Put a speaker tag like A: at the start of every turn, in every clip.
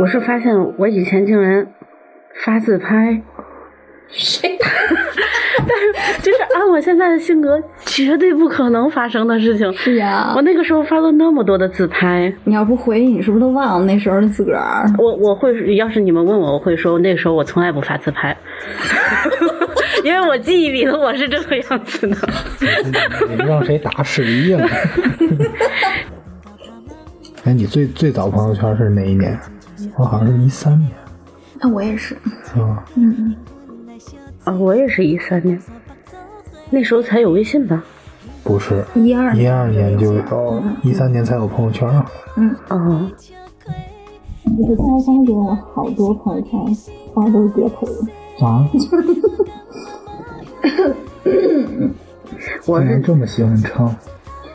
A: 我是发现我以前竟然发自拍，
B: 谁？
A: 但是就是按我现在的性格，绝对不可能发生的事情。
B: 是呀
A: 我，那个时候发了那么多的自拍，
B: 你要不回忆，你是不是都忘了那时候的自个儿？
A: 我我会，要是你们问我，我会说那个时候我从来不发自 拍，因为我记忆里的我是这个样子的。
C: 你们让谁打屎一样。 哎，你最最早朋友圈是哪一年？我好像是一三年
B: 那我也是，
C: 啊，
A: 啊，我也是一三年，那时候才有微信吧？
C: 不是，
B: 一二
C: 一二年就有，一三年才有朋友圈。啊
A: 哦，
D: 我高中给我好多朋友圈发都是截图，
C: 啊，
A: 我
C: 竟然
A: 是
C: 这么喜欢唱，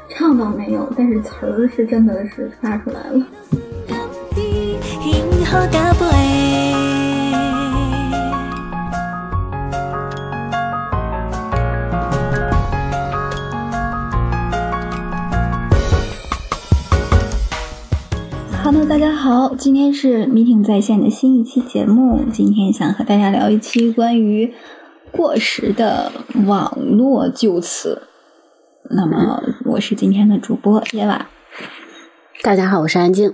D: 唱倒没有，但是词儿是真的是发出来了。
E: 你幸福到尾。
D: Hello，大家好，今天是 Meeting 在线的新一期节目，今天想和大家聊一期关于过时的网络旧词。那么我是今天的主播耶娃，
A: 大家好，我是安静。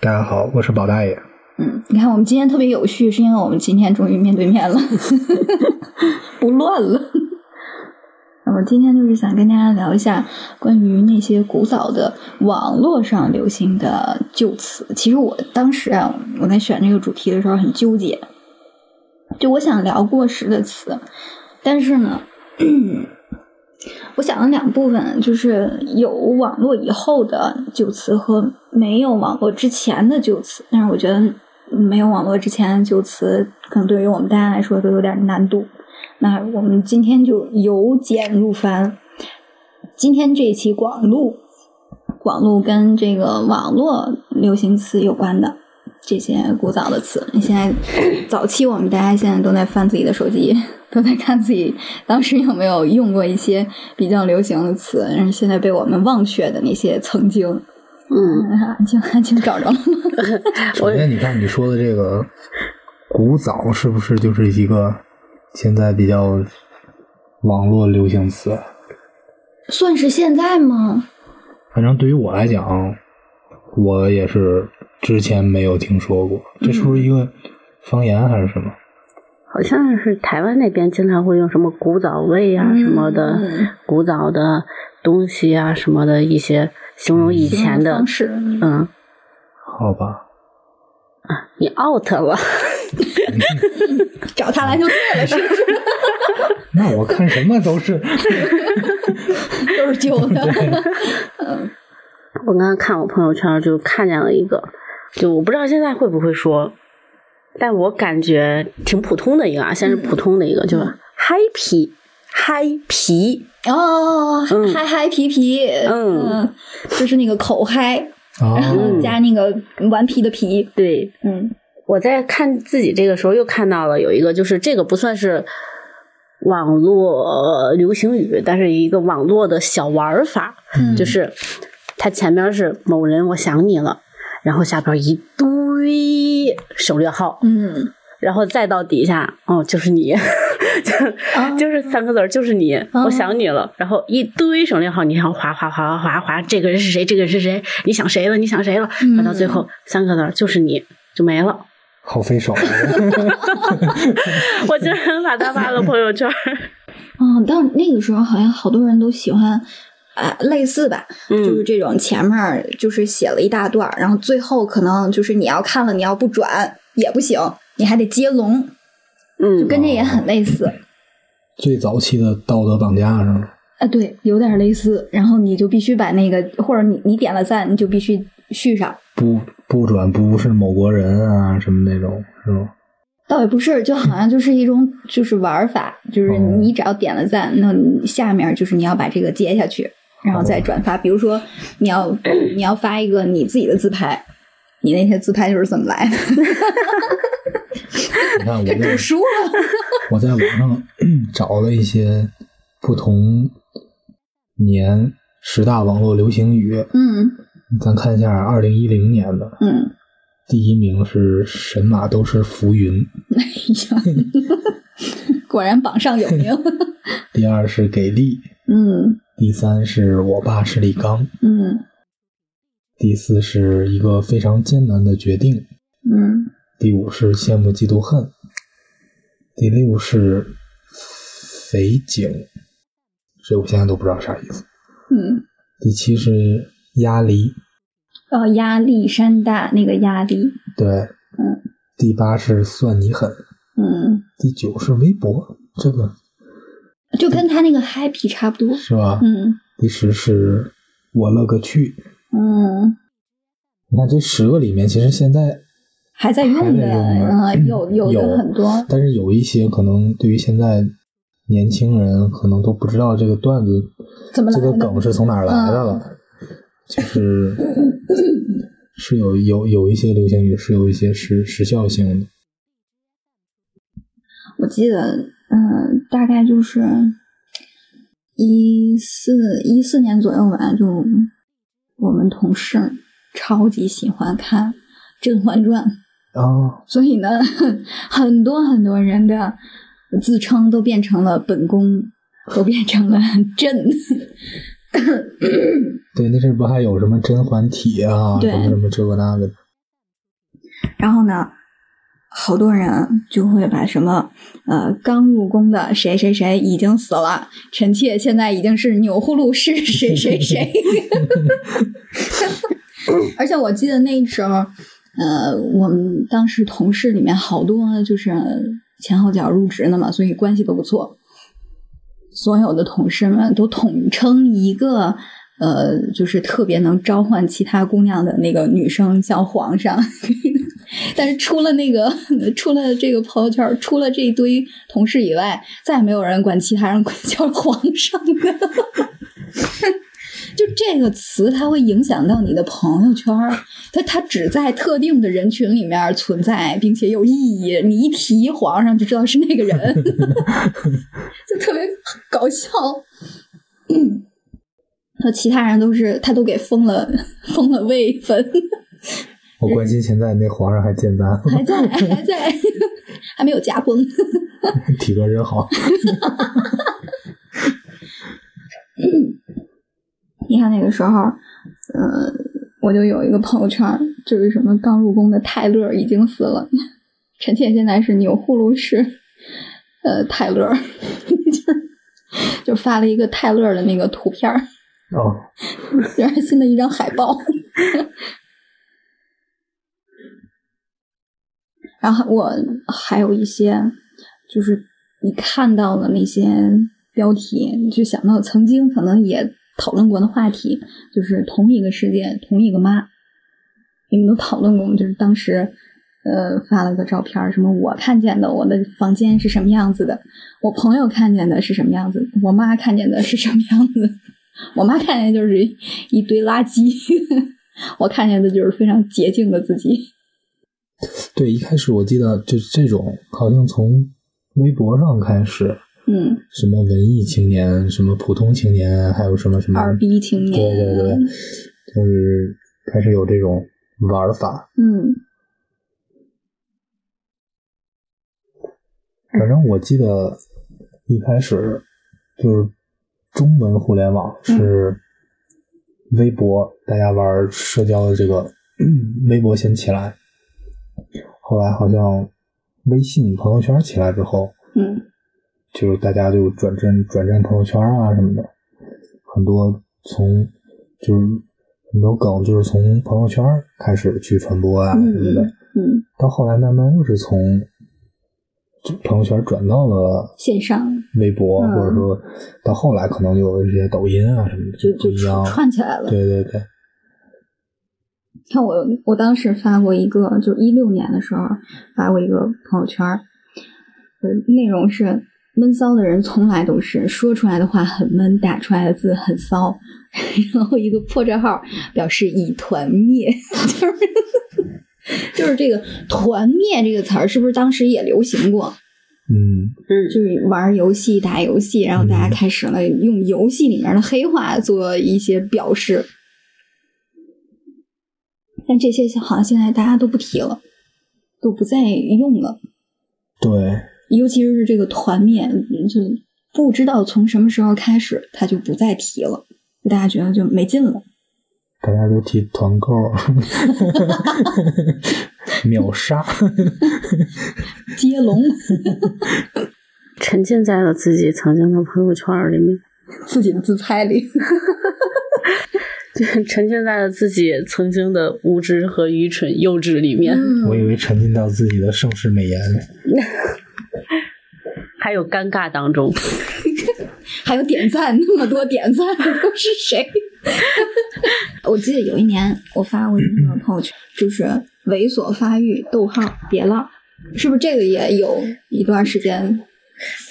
C: 大家好，我是宝大爷。
D: 嗯，你看我们今天特别有序，是因为我们今天终于面对面了， 不乱了。那么今天就是想跟大家聊一下关于那些古早的网络上流行的旧词。其实我当时啊，我在选这个主题的时候很纠结，就我想聊过时的词，但是呢，我想了两部分，就是有网络以后的旧词和没有网络之前的旧词。但是我觉得没有网络之前的旧词，可能对于我们大家来说都有点难度。那我们今天就由简入繁，今天这一期广路，广路跟这个网络流行词有关的。这些古早的词，你现在早期我们大家现在都在翻自己的手机，都在看自己当时有没有用过一些比较流行的词，然后现在被我们忘却的那些曾经。
A: 嗯，
D: 安静，安静找着了吗？
A: 我
C: 首先，你看你说的这个古早是不是就是一个现在比较网络流行词？
D: 算是现在吗？
C: 反正对于我来讲，我也是之前没有听说过，这是不是一个方言还是什么？
A: 好像是台湾那边经常会用什么古早味啊、
D: 嗯
A: 什么的
D: 嗯，
A: 古早的东西啊什么的一些形容以前的
D: 方，式，
A: 嗯，
C: 好吧，
A: 你 out 了，
D: 找他来就对了，是不是？
C: 那我看什么都是 啊
D: 都是旧 的。
A: 我刚刚看我朋友圈就看见了一个，就我不知道现在会不会说，但我感觉挺普通的一个啊，先是普通的一
D: 嗯
A: 个，就嗨皮嗨皮，
D: 哦
A: 嗯，
D: 嗨嗨皮皮，
A: 嗯，哦
D: 就是那个口嗨，
C: 啊，
D: 然后嗯加那个顽皮的皮，
A: 对，
D: 嗯，
A: 我在看自己这个时候，又看到了有一个，就是这个不算是网络呃流行语，但是一个网络的小玩法，
C: 嗯
A: 就是它前面是某人，我想你了，然后下边一堆省略号，
D: 嗯，
A: 然后再到底下，哦，就是你， 就就是三个字儿，就是你，我想你了。然后一堆省略号，你还要划划划划划划，这个人是谁？这个人是谁？你想谁了？你想谁了？划到最后三个字儿，就是你，就没了。
C: 好费手。啊
A: 我竟然把他发了朋友圈 儿。
D: 嗯，但那个时候好像好多人都喜欢，啊、类似吧，
A: 嗯
D: 就是这种前面儿就是写了一大段儿，然后最后可能就是你要看了，你要不转也不行，你还得接龙，
A: 嗯，
D: 跟这也很类似。
C: 最早期的道德绑架是吗？
D: 啊，对，有点类似。然后你就必须把那个，或者你你点了赞，你就必须续上。
C: 不不转不是某国人啊，什么那种是吗？
D: 倒也不是，就好像就是一种就是玩儿法，就是
C: 哦
D: 你只要点了赞，那你下面就是你要把这个接下去，然后再转发。比如说你要你要发一个你自己的自拍，你那些自拍就是怎么来的？
C: 你看 我这
D: 读书了，
C: 我在网上 找了一些不同年十大网络流行语，
D: 嗯
C: 咱看一下二零一零年的，
D: 嗯
C: 第一名是“神马都是浮云
D: 果然榜上有名。”，
C: 第二是“给力
D: 嗯”，
C: 第三是“我爸是李刚
D: 嗯”，
C: 第四是一个非常艰难的决定，
D: 嗯，
C: 第五是“羡慕嫉妒恨”，第六是“肥警”，这我现在都不知道啥意思。
D: 嗯，
C: 第七是“鸭梨
D: 呃，压力山大那个压力，”，
C: 对，嗯。第八是“算你狠”，
D: 嗯，
C: 第九是微博，这个
D: 就跟他那个 happy 差不多。
C: 是吧？
D: 嗯
C: 第十是我勒个去！
D: 嗯，
C: 你看这十个里面，其实现在
D: 还在
C: 还
D: 用
C: 在
D: 的，
C: 用呢
D: 嗯，有有的很多，
C: 但是有一些可能对于现在年轻人可能都不知道这个段子
D: 怎么来
C: 这
D: 的嗯
C: 个梗是从哪儿来的了，就是 是有有有一些流行语是有一些时时效性的，
D: 我记得，嗯，大概就是一四一四年左右吧，就我们同事超级喜欢看《甄嬛传》，
C: 啊，
D: 所以呢， 很多很多人的自称都变成了本宫，都变成了 朕。
C: 对，那阵儿不还有什么甄嬛体啊，
D: 对
C: 什么什么这个那个的，
D: 然后呢，好多人就会把什么呃刚入宫的谁谁谁已经死了，臣妾现在已经是钮祜禄氏谁谁谁。 而且我记得那时候，呃，我们当时同事里面好多就是前后脚入职的嘛，所以关系都不错。所有的同事们都统称一个，呃，就是特别能召唤其他姑娘的那个女生叫皇上。但是除了那个，除了这个朋友圈，除了这一堆同事以外，再也没有人管其他人管叫皇上的。 就这个词，它会影响到你的朋友圈，它它只在特定的人群里面存在，并且有意义。你一提皇上，就知道是那个人， 就特别搞笑。 那其他人都是，他都给封了，封了位分。
C: 我关心现在那皇上还健在吗，
D: 还在，还在，还没有驾崩。
C: 体格真好。
D: 你看那个时候，呃，我就有一个朋友圈，就是什么刚入宫的泰勒已经死了，臣妾现在是钮祜禄氏，呃，泰勒， 就是就发了一个泰勒的那个图片儿，
C: 哦，
D: 然后新的一张海报。然后我还有一些，就是你看到了那些标题，你就想到曾经可能也讨论过的话题，就是同一个世界，同一个妈。你们都讨论过吗？就是当时，呃，发了个照片儿，什么我看见的，我的房间是什么样子的，我朋友看见的是什么样子，我妈看见的是什么样子。我妈看见就是一一堆垃圾， 我看见的就是非常洁净的自己。
C: 对，一开始我记得就是这种，好像从微博上开始，
D: 嗯，
C: 什么文艺青年、什么普通青年，啊还有什么什么
D: 二逼青年，
C: 嗯对对对，就是开始有这种玩法。
D: 嗯
C: 反正我记得一开始就是中文互联网
D: 嗯
C: 是微博，大家玩社交的这个 嗯微博先起来，后来好像微信朋友圈起来之后，
D: 嗯
C: 就是大家就转战转战朋友圈啊什么的，很多从就是很多梗就是从朋友圈开始去传播啊什么的，
D: 嗯嗯，
C: 到后来慢慢又是从就朋友圈转到了
D: 线上
C: 微博，
D: 嗯
C: 或者说到后来可能有一些抖音啊什么的
D: 就
C: 不
D: 就
C: 一样，
D: 串起来了。
C: 对对对，
D: 看我，我当时发过一个，就一六年的时候发过一个朋友圈儿，呃内容是闷骚的人从来都是说出来的话很闷，打出来的字很骚， 然后一个破折号表示已团灭， 就是就是 这个“团灭”这个词儿，是不是当时也流行过？
C: 嗯，
A: 嗯，
D: 就是玩游戏、打游戏，然后大家开始了用游戏里面的黑话做一些表示。但这些好像现在大家都不提了，都不再用了。
C: 对，
D: 尤其是这个团灭，嗯就不知道从什么时候开始，它就不再提了，就大家觉得就没劲了。
C: 大家都提团购， 秒杀。
D: 接龙
A: 沉浸在了自己曾经的朋友圈里面，
D: 自己的自拍里，
A: 沉浸在了自己曾经的无知和愚蠢、幼稚里面，
C: 我以为沉浸到自己的盛世美颜，
A: 还有尴尬当中。
D: 还有点赞，那么多点赞都是谁？ 我记得有一年我发过一个朋友圈，就是“猥琐发育”，逗号别浪，是不是这个也有一段时间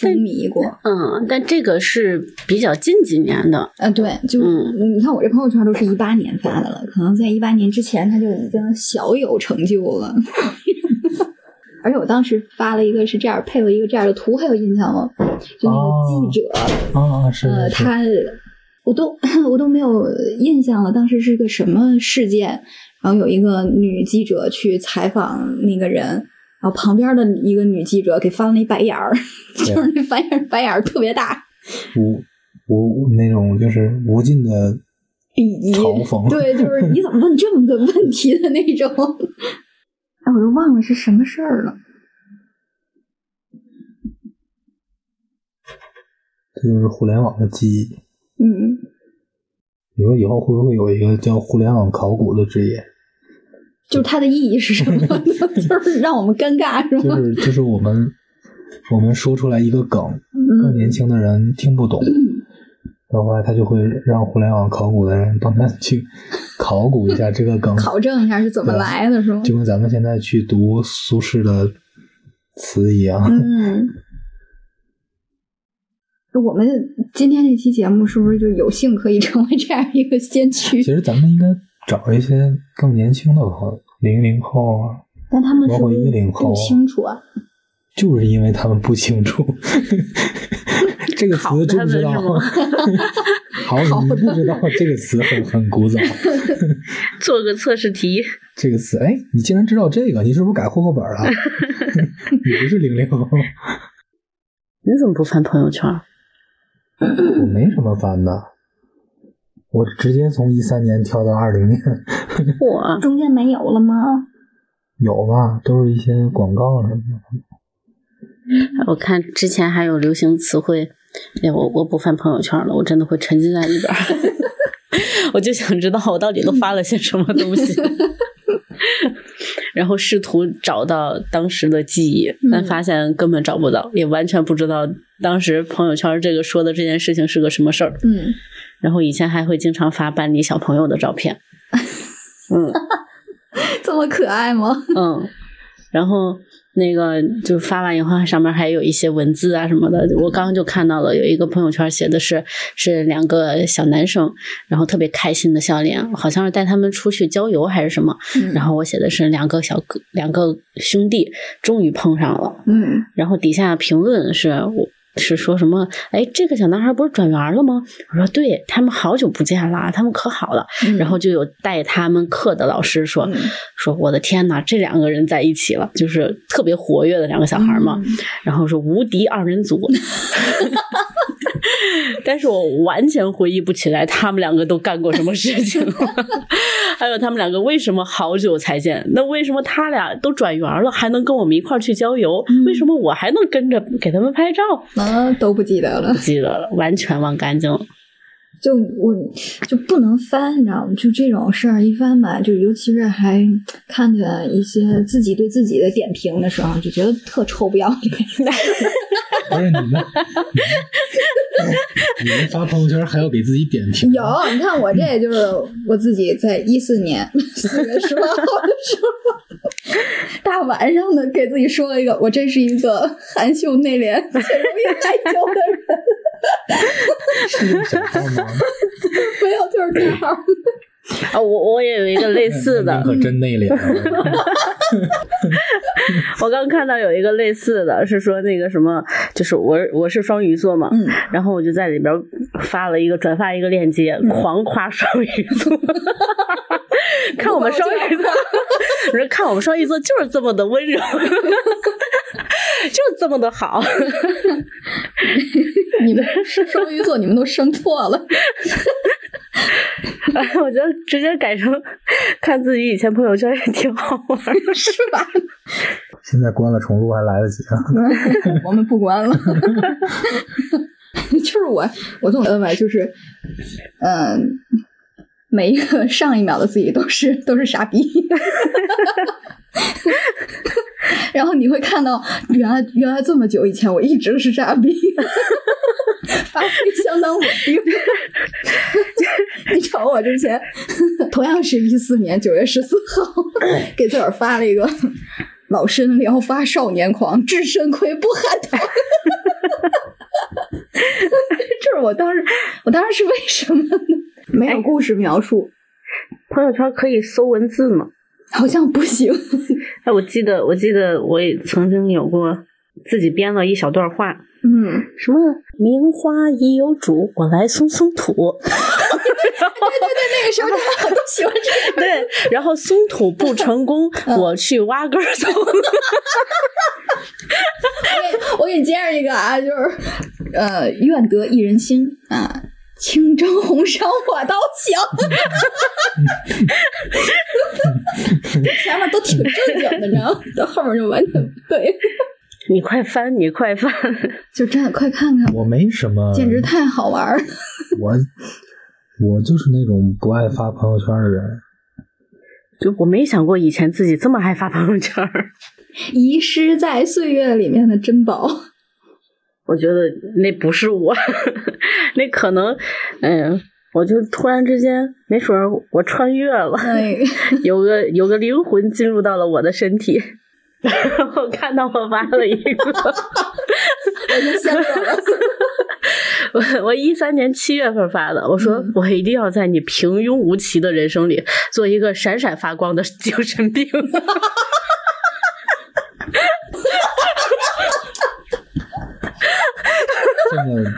D: 风靡过？
A: 嗯，但这个是比较近几年的，
D: 呃，对，就是、
A: 嗯
D: 你看我这朋友圈都是一八年发的了，可能在一八年之前他就已经小有成就了。 而且我当时发了一个是这样，配了一个这样的图，还有印象吗？就那个
C: 哦
D: 记者，
C: 啊，是
D: 呃，
C: 是是，
D: 他我都 我都没有印象了，当时是个什么事件？然后有一个女记者去采访那个人，然后旁边的一个女记者给翻了一白眼儿， 就是那白眼儿白眼儿特别 大，
C: 无无那种就是无尽的
D: 以及
C: 嘲讽
D: 对，就是你怎么问这么个问题的那种。 哎，我都忘了是什么事儿了。
C: 这 就是互联网的记忆。
D: 嗯，
C: 你说以后会不会有一个叫互联网考古的职业？
D: 就是它的意义是什么？ 就是让我们尴尬是
C: 就
D: 吗？
C: 是就是我们我们说出来一个梗，更
D: 嗯，
C: 年轻的人听不懂，然后后来他就会让互联网考古的人帮他去考古一下这个 梗，
D: 考证一下是怎么
C: 对
D: 来的，是吗？
C: 就跟咱们现在去读苏轼的词一样。
D: 嗯，我们今天这期节目是不是就有幸可以成为这样一个先驱
C: 其？实咱们应该找一些更年轻的朋友，零零后啊，
D: 但他们是
C: 包
D: 不
C: 括
D: 是
C: 10后
D: 不清楚啊？
C: 就是因为他们不清 楚这个词，知不知道
A: 好他们？
C: 好，你们不知道这个词很很古早，
A: 做个测试题，
C: 这个词，哎，你竟然知道这个，你是不是改户口本了？ 你不是零零后，
A: 你怎么不翻朋友圈？
C: 我没什么翻的，我直接从一三年跳到二零年，
A: 我啊
D: 中间没有了吗？
C: 有吧？都是一些广告什么的。
A: 我看之前还有流行词汇，哎，我我不翻朋友圈了，我真的会沉浸在里边儿。 我就想知道我到底都发了些什么东西， 然后试图找到当时的记忆，但
D: 嗯
A: 发现根本找不到，也完全不知道当时朋友圈这个说的这件事情是个什么事儿。
D: 嗯，
A: 然后以前还会经常发班里小朋友的照片， 嗯，
D: 这么可爱吗？
A: 嗯，然后那个就发完以后，上面还有一些文字啊什么的。我刚刚就看到了，有一个朋友圈写的是是两个小男生，然后特别开心的笑脸，好像是带他们出去郊游还是什么。
D: 嗯
A: 然后我写的是两个小哥两个兄弟终于碰上了，
D: 嗯，
A: 然后底下评论是我。是说什么？哎，这个小男孩不是转园了吗？我说对，他们好久不见了，他们可好了。
D: 嗯
A: 然后就有带他们课的老师说，
D: 嗯
A: 说我的天呐，这两个人在一起了，就是特别活跃的两个小孩
D: 嗯
A: 嘛。然后说无敌二人组，但是我完全回忆不起来他们两个都干过什么事情了， 还有他们两个为什么好久才见？那为什么他俩都转园了，还能跟我们一块儿去郊游？为什么我还能跟着给他们拍照？
D: 啊都不记得了
A: 不，记得了，完全忘干净了。
D: 就我就不能翻，你知道吗？就这种事儿一翻吧，就尤其是还看见一些自己对自己的点评的时候，就觉得特臭不要脸。
C: 不是你们，你们你们 发朋友圈还要给自己点评？
D: 有，你看我这就是我自己在一四年 四月十八号的时候，大晚上的给自己说了一个，我真是一个含羞内敛且容易害羞的人。
C: 是用小号 吗？
D: 没有，就是这样。
A: 啊，我我也有一个类似的
C: 你，可真内敛啊。
A: 我刚看到有一个类似的，是说那个什么，就是我我是双鱼座嘛，
F: 嗯
A: 然后我就在里边发了一个转发一个链接，狂夸双鱼座， 看我们双鱼 座，我说看我们双鱼座就是这么的温柔， 就是这么的好，
D: 你们是双鱼座，你们都生错了。
A: 我觉得直接改成看自己以前朋友圈也挺好玩儿。
D: 是吧？
C: 现在关了重录还来得 及啊！
D: 我们不关了。 就是我，我总认为就是，嗯、每一个上一秒的自己都是都是傻逼，然后你会看到，原来原来这么久以前我一直是傻逼，发挥相当稳定。 你找我之前，同样是一四年九月十四号，给自个儿发了一个“老身聊发少年狂，置身愧不喊疼”。 这是我当时，我当时是为什么呢？没有故事描述，
A: 朋友圈可以搜文字吗？
D: 好像不行。
A: 哎，我记得，我记得我也曾经有过自己编了一小段话，
D: 嗯，
A: 什么“名花已有主，我来松松土
D: 那个时候大家很喜欢这”，
A: 对，然后松土不成 功，我去挖根儿松。
D: 个。嗯我给你接上一个啊，就是呃，愿得一人心啊，轻舟红裳我刀行。前面都挺正经的，你知道吗？到后面就完全不对，
A: 你快翻，你快翻！
D: 就真的快看看，
C: 我没什 么，
D: 简直太好玩儿了。
C: 我我就是那种不爱发朋友圈的人。
A: 就我没想过以前自己这么爱发朋友圈儿，
D: 遗失在岁月里面的珍宝。
A: 我觉得那不是我， 那可能，嗯，我就突然之间，没准儿我穿越了。
D: 哎，
A: 有个有个灵魂进入到了我的身体， 然后看到我发了一个，我我一三年七月份发的，我说我一定要在你平庸无奇的人生里做一个闪闪发光的精神 病。
C: 这么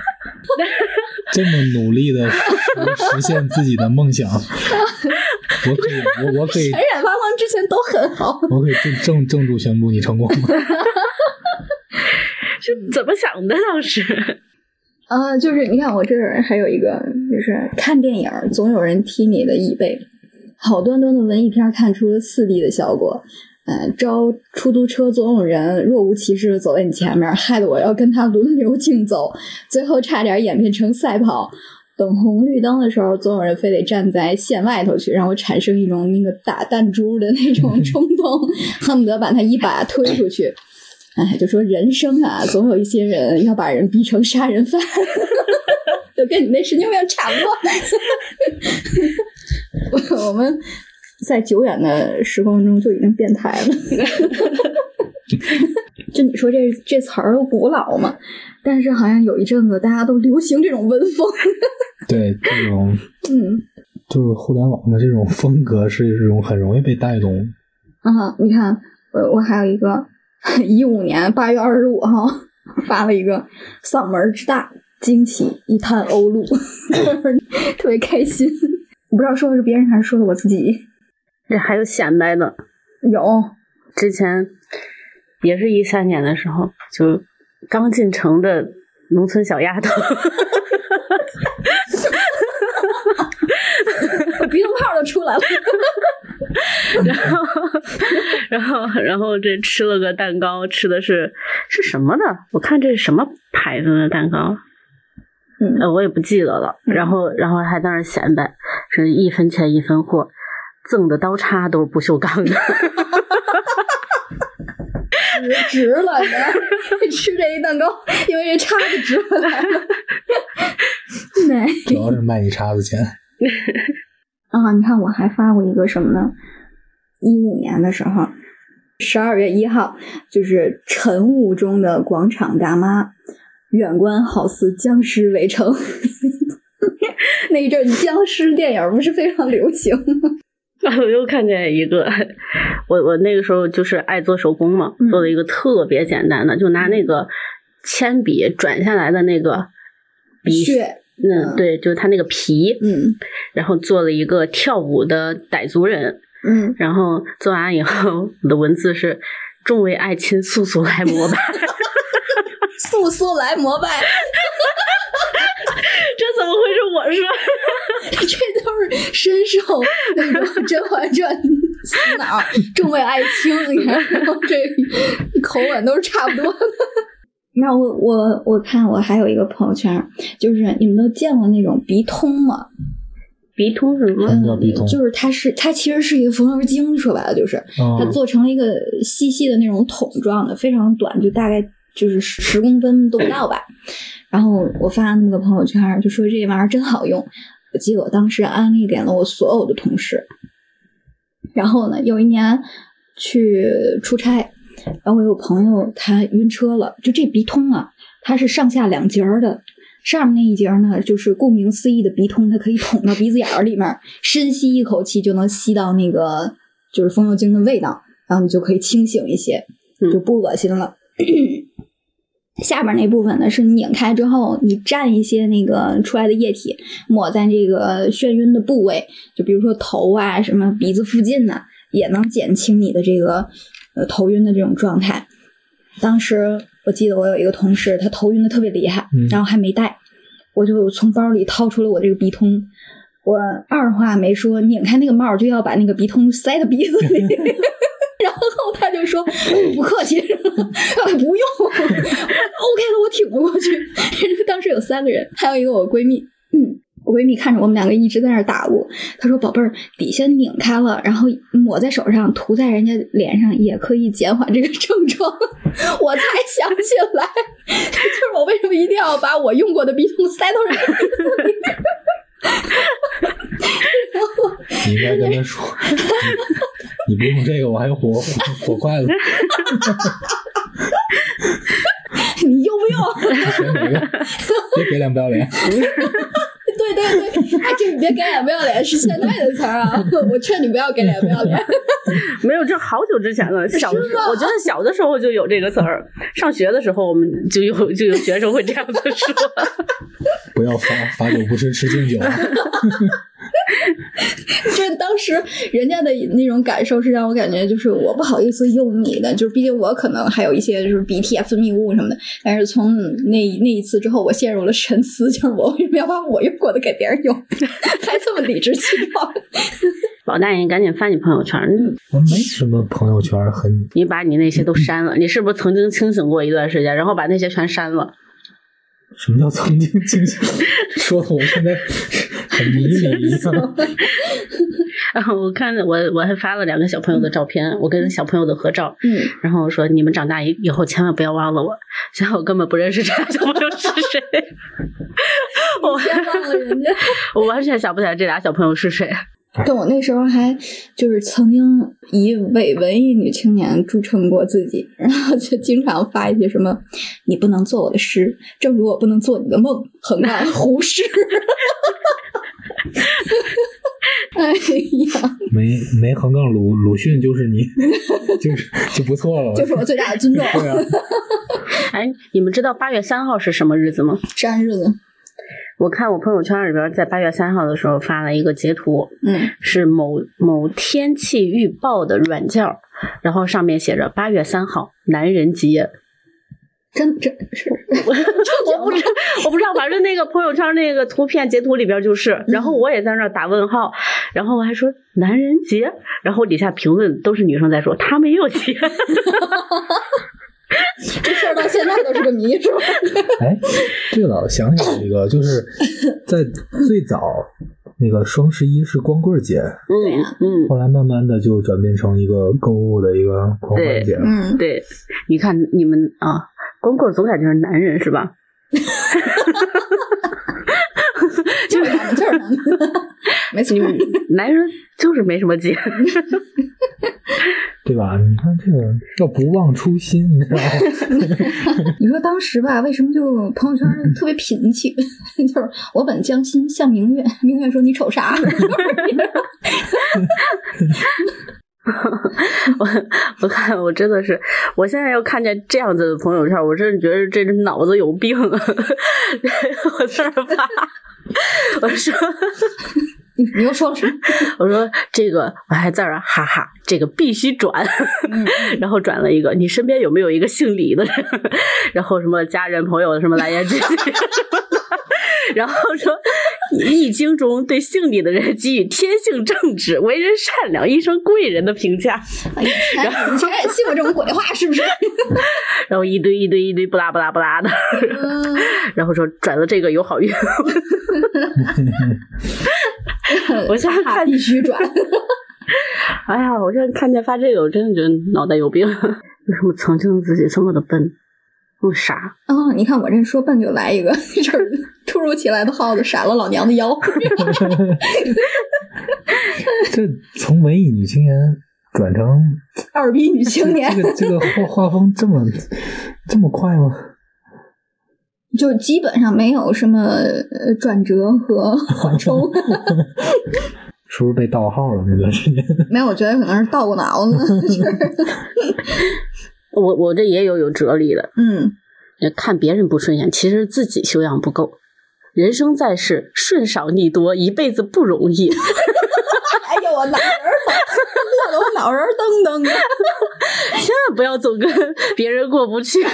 C: 这么努力的实现自己的梦想，我可以，我我可以，
D: 闪发光之前都很好。
C: 我可以正正正主宣布你成功了。
A: 是怎么想的？当时
D: 啊，就是你看我这儿还有一个，就是看电影儿总有人踢你的椅背。好端端的文艺片儿看出了四 D 的效果，呃，招出租车总有人若无其事的走在你前面，害得我要跟他轮流竞走，最后差点演变成赛跑。等红绿灯的时候，总有人非得站在线外头去，让我产生一种那个打弹珠的那种冲动，恨不得把他一把推出去。哎，就说人生啊，总有一些人要把人逼成杀人 犯，就跟你那神经病差不多。 我我们在久远的时光中就已经变态了。 就你说这这词儿古老嘛，但是好像有一阵子大家都流行这种文风。
C: 对，这种
D: 嗯
C: 就是互联网的这种风格是一种很容易被带动。
D: 啊，你看我我还有一个一五年八月二十五号发了一个嗓门儿之大惊起一滩鸥鹭， 特别开心。我不知道说的是别人还是说的我自己。
A: 这还有显摆的，
D: 有
A: 之前也是一三年的时候，就刚进城的农村小丫头，
D: 鼻涕泡都出来了，
A: 然后，然后，然后这吃了个蛋糕，吃的是是什么的？我看这是什么牌子的蛋糕？
D: 嗯
A: 呃，我也不记得了。然后，然后还在那儿显摆，是一分钱一分货，赠的刀叉都是不锈钢的。
D: 值了！你知道吗吃这一蛋糕，因为这叉子值回来了。 对。
C: 主要是卖你叉子钱。
D: 啊，你看我还发过一个什么呢？一五年的时候，十二月一号，就是晨雾中的广场大妈，远观好似僵尸围城。 那一阵僵尸电影不是非常流行吗？
A: 我又看见一个，我我我那个时候就是爱做手工嘛，做
D: 嗯
A: 了一个特别简单的，就拿那个铅笔转下来的那个笔，
D: 血，
A: 嗯，对，就是它那个皮，
D: 嗯
A: 然后做了一个跳舞的傣族人，
D: 嗯，
A: 然后做完以后， 我的文字是“众为爱亲，速速来膜拜
D: 速速来膜拜，”，
A: 这怎么会是我说？
D: 这都是深受那种《甄嬛传》洗脑，众位啊爱卿，你看，然后这口吻都是差不多的。那我我我看我还有一个朋友圈，就是你们都见过那种鼻通吗？ 嗯
A: 鼻通什么？
C: 什么叫鼻通？
D: 就是它是它其实是一个缝纫机，说白了就是它
C: 它
D: 做成了一个细细的那种桶状的，非常短，就大概就是十十公分都不到吧。然后我发了那么个朋友圈，就说这玩意儿真好用。我记得我当时安利给了我所有的同事。然后呢，有一年去出差，然后我有朋友他晕车了，就这鼻通啊，它是上下两节儿的，上面那一节儿呢，就是顾名思义的鼻通，它可以捅到鼻子眼儿里面儿，深吸一口气就能吸到那个就是风油精的味道，然后你就可以清醒一些，
A: 嗯
D: 就不恶心了。 下边那部分呢，是你拧开之后，你蘸一些那个出来的液体，抹在这个眩晕的部位，就比如说头啊、什么鼻子附近呐、也能减轻你的这个呃头晕的这种状态。当时我记得我有一个同事，他头晕的特别厉害
C: 嗯，
D: 然后还没带，我就从包里掏出了我这个鼻通，我二话没说，拧开那个帽儿就要把那个鼻通塞到鼻子里。然后他就说不客气， 啊不用，OK 了，我挺了过去。 当时有三个人，还有一个我闺蜜，嗯，我闺蜜看着我们两个一直在那儿打鼓，她说：“宝贝儿，底下拧开了，然后抹在手上，涂在人家脸上，也可以减缓这个症状。” 我才想起来， 就是我为什么一定要把我用过的鼻通塞到人家鼻子里。
C: 嗯你应该跟 他说，你你不用这个，我还有火火筷子，
D: 你用不用？
C: 选哪 个？别给脸不要脸。
D: 对对对，哎，这别给脸不要脸是现在的词儿啊！ 我劝你不要给脸不要脸。
A: 没有，这好久之前了。小的时
D: 吗
A: 候，我觉得小的时候就有这个词儿。上学的时候，我们就有就有学生会这样子说。
C: 不要罚罚酒不吃吃敬酒 啊，
D: 就是当时人家的那种感受是让我感觉就是我不好意思用你的，就是毕竟我可能还有一些就是鼻涕啊、分泌物什么的。但是从那那一次之后，我陷入了沉思，就是我为什么要把我用过的给别人用， 还这么理直气壮？
A: 老大爷，你赶紧翻你朋友圈，
C: 我没什么朋友圈很
A: 你把你那些都删了。你是不是曾经清醒过一段时间，然后把那些全删了？
C: 什么叫曾经清醒，说的我现在很迷离 一样。
D: 嗯
A: 然后我看我我还发了两个小朋友的照片，我跟小朋友的合照，
D: 嗯，
A: 然后我说你们长大以以后千万不要忘了我。现在我根本不认识这俩小朋友是谁， 我
D: 别忘了人家。
A: 我完全想不起来这俩小朋友是谁。
D: 但我那时候还就是曾经以伪文艺女青年著称过自己，然后就经常发一些什么“你不能做我的诗，正如我不能做你的梦”，横杠胡适。 哎呀，
C: 没没横杠鲁鲁迅就是你， 就是就不错了。
D: 就是我最大的尊重。
C: 对啊，
A: 哎，你们知道八月三号是什么日子吗？
D: 山日子，
A: 我看我朋友圈里边，在八月三号的时候发了一个截图，
D: 嗯，
A: 是某某天气预报的软件儿，然后上面写着八月三号男人 节。
D: 真真是
A: 我不知我不知道，反正那个朋友圈那个图片截图里边就是，然后我也在那儿打问号，然后我还说男人节，然后底下评论都是女生在说他没有节，
D: 这事儿到现在都是个谜，是吧？
C: 哎，对了，我想起来一个，就是在最早那个双十一是光棍节，
A: 嗯
C: 后来慢慢的就转变成一个购物的一个狂欢节。
A: 嗯，对，你看你们啊，光棍总感觉是男人是吧？
D: 就是咱们， 就是咱们，没错
A: 你。们男人就是没什么节。
C: 对吧？你看这个要不忘初心，你知道吗？
D: 你说当时吧，为什么就朋友圈特别贫气？ 就是我本将心向明月，明月说你瞅啥？
A: 我我看我真的是，我现在要看见这样子的朋友圈，我真是觉得这人脑子有病啊！ 我在那儿发，我说
D: 你你又说什么？
A: 我说这个我还在那儿哈哈，这个必须转， 然后转了一个，你身边有没有一个姓李的人？ 然后什么家人朋友什么来言之间。 然后说，易经中对姓李的人给予天性正直、为人善良、一生贵人的评价。
D: 哎呀，你竟然也信我这种鬼话，是不是？
A: 然后一堆一堆一堆不拉不拉不拉的，然后说转了这个有好运。 我现在看
D: 必须转。
A: 哎呀，我现在看见发这个，我真的觉得脑袋有病。 为什么曾经的自己这么的笨，那么傻？
D: 哦，你看我这说笨就来一个，这儿突如其来的耗子闪了老娘的腰。
C: 这从文艺女青年转成
D: 二逼女青年
C: 这个这个画画风这么这么快吗？
D: 就基本上没有什么呃转折和缓冲，
C: 是不是被盗号了那段时间？
D: 没有，我觉得可能是倒过脑子。 就是
A: 我我这也有有哲理的，
D: 嗯，
A: 看别人不顺眼，其实自己修养不够。人生在世，顺少逆多，一辈子不容易。
D: 哎呦，我脑仁儿 乐得我脑仁儿噔 噔的。
A: 千万不要总跟别人过不去， 更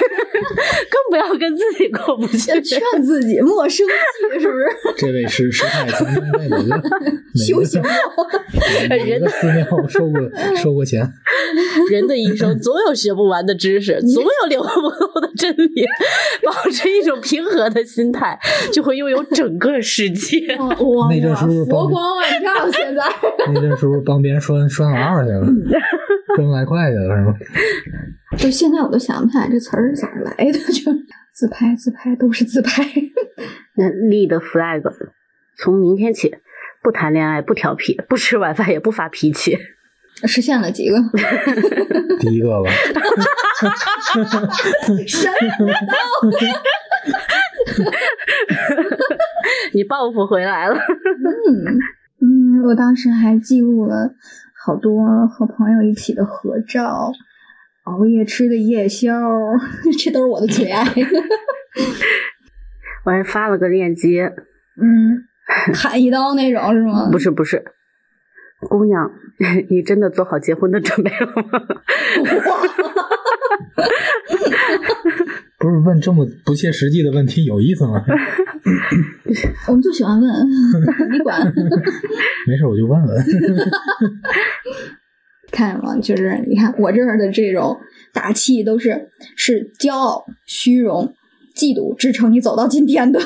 A: 不要跟自己过不去。
D: 劝自己莫生气， 是不是？
C: 这位师师太曾经为哪 个
D: 修行
C: 哪个哪个寺庙收过收过钱？
A: 人的一 生总有学不完的知识，总有领悟不透的真理。 保持一种平和的心态，就会拥有整个世界。
D: 哇
C: 那阵是不是帮
D: 佛光万丈？现在
C: 那阵是不是帮别人拴拴老二去了，赚外快去了是吗？
D: 就现在我都想不起来这词儿是咋儿来的，就自拍自拍都是自 拍。
A: 那立的 flag，从明天起不谈恋爱，不调皮，不吃晚饭，也不发脾气。
D: 实现了几个？
C: 第一个吧，
D: 神
A: 你报复回来了，
D: 嗯，我当时还记录了好多和朋友一起的合照，熬夜吃的夜宵， 这都是我的最 爱。
A: 我还发了个链接，
D: 嗯，砍一刀那种是吗？
A: 不是不是，姑娘， 你真的做好结婚的准备了吗？
C: 不是问这么不切实际的问题有意思吗？
D: 我们就喜欢问， 你管。
C: 没事，我就问问。
D: 看嘛，就是你看我这儿的这种打气都是是骄傲、虚荣、嫉妒支撑你走到今天的。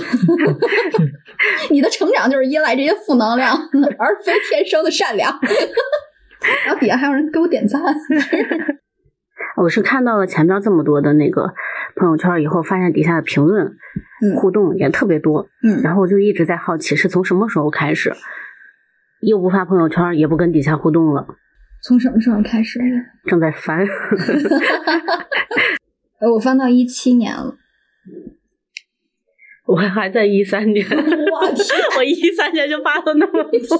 D: 你的成长就是依赖这些负能量，而非天生的善良。 然后底下还有人给我点赞，
A: 我是看到了前面这么多的那个朋友圈以后，发现底下的评论
D: 嗯
A: 互动也特别多，
D: 嗯，
A: 然后我就一直在好奇是从什么时候开始，又不发朋友圈，也不跟底下互动了，
D: 从什么时候开始？
A: 正在烦。
D: 呃我翻到一七年了，
A: 我还在一三年，
D: 我天，
A: 我一三年就发了那么多，
D: 你这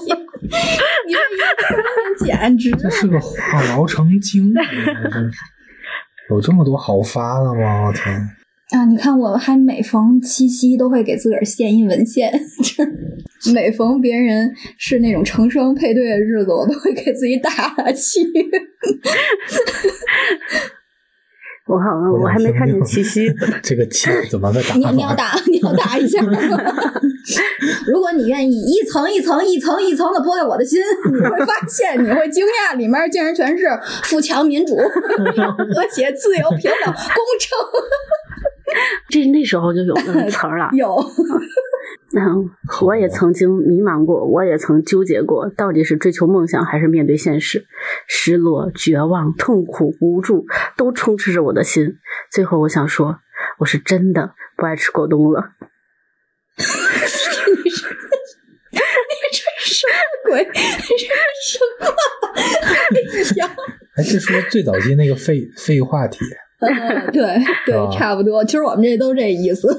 D: 一简直
C: 这是个话痨成 精，真是有这么多好发的吗？我天！
D: 啊！你看，我还每逢七夕都会给自个儿献一文献，就是 每逢别人是那种成双配对的日子，我都会给自己打打气。
A: 我好像我还没看见七夕，
C: 这个气怎么个打
D: 你
C: 法？
D: 你要打，你要打一下。如果你愿意一层一层、一层一层的剥开我的心，你会发现，你会惊讶，里面竟然全是富强、民 主、和谐、自由、平等、公
A: 这那时候就有那个词 儿了
D: 正。。有，
A: 嗯，我也曾经迷茫过，我也曾纠结过，到底是追求梦想还是面对现实？失落、绝望、痛苦、无助，都充斥着我的心。最后，我想说，我是真的不爱吃果冻了。
D: 什么鬼？ 这是什么？ 哎呀！
C: 哎，这是不是最早期那个废废话题？
D: 嗯， 对
C: 啊
D: 对，差不多。其实我们这都这意思。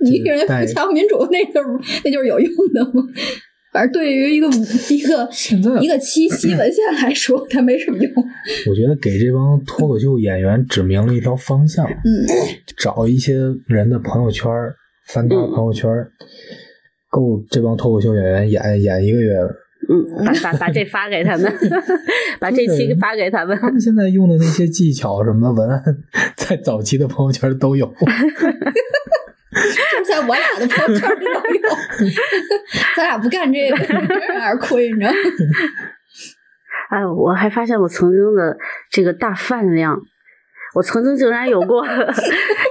D: 你一个人
C: 带
D: 富强民主，那就是那就是有用的吗？反正对于一个一个
C: 现在
D: 一个七夕文献来说，它没什么用。
C: 我觉得给这帮脱口秀演员指明了一条方向，
D: 嗯，
C: 找一些人的朋友圈儿，翻他朋友圈儿，够这帮脱口秀演员演演一个月的。
A: 嗯，把把把这发给他们，把这期发给他们。
C: 他们现在用的那些技巧什么的文案， 在早期的朋友圈都有。
D: 就在我俩的朋友圈里都有， 咱俩不干这个，真是有点亏，你知道吗？
A: 哎，我还发现我曾经的这个大饭量，我曾经竟然有过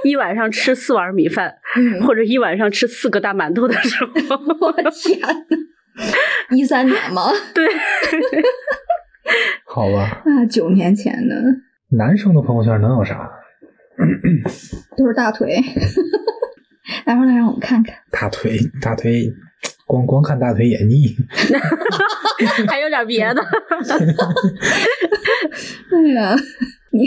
A: 一晚上吃四碗米饭，或者一晚上吃四个大馒头的时候。
D: 嗯 我天哪！一三年 吗？
C: 好吧，
D: 啊，九年前的
C: 男生的朋友圈能有啥？
D: 都是大腿， 待会儿再让我们看看。
C: 大腿，大腿，光光看大腿也腻。
A: 还有点别的，
D: 哎呀， 你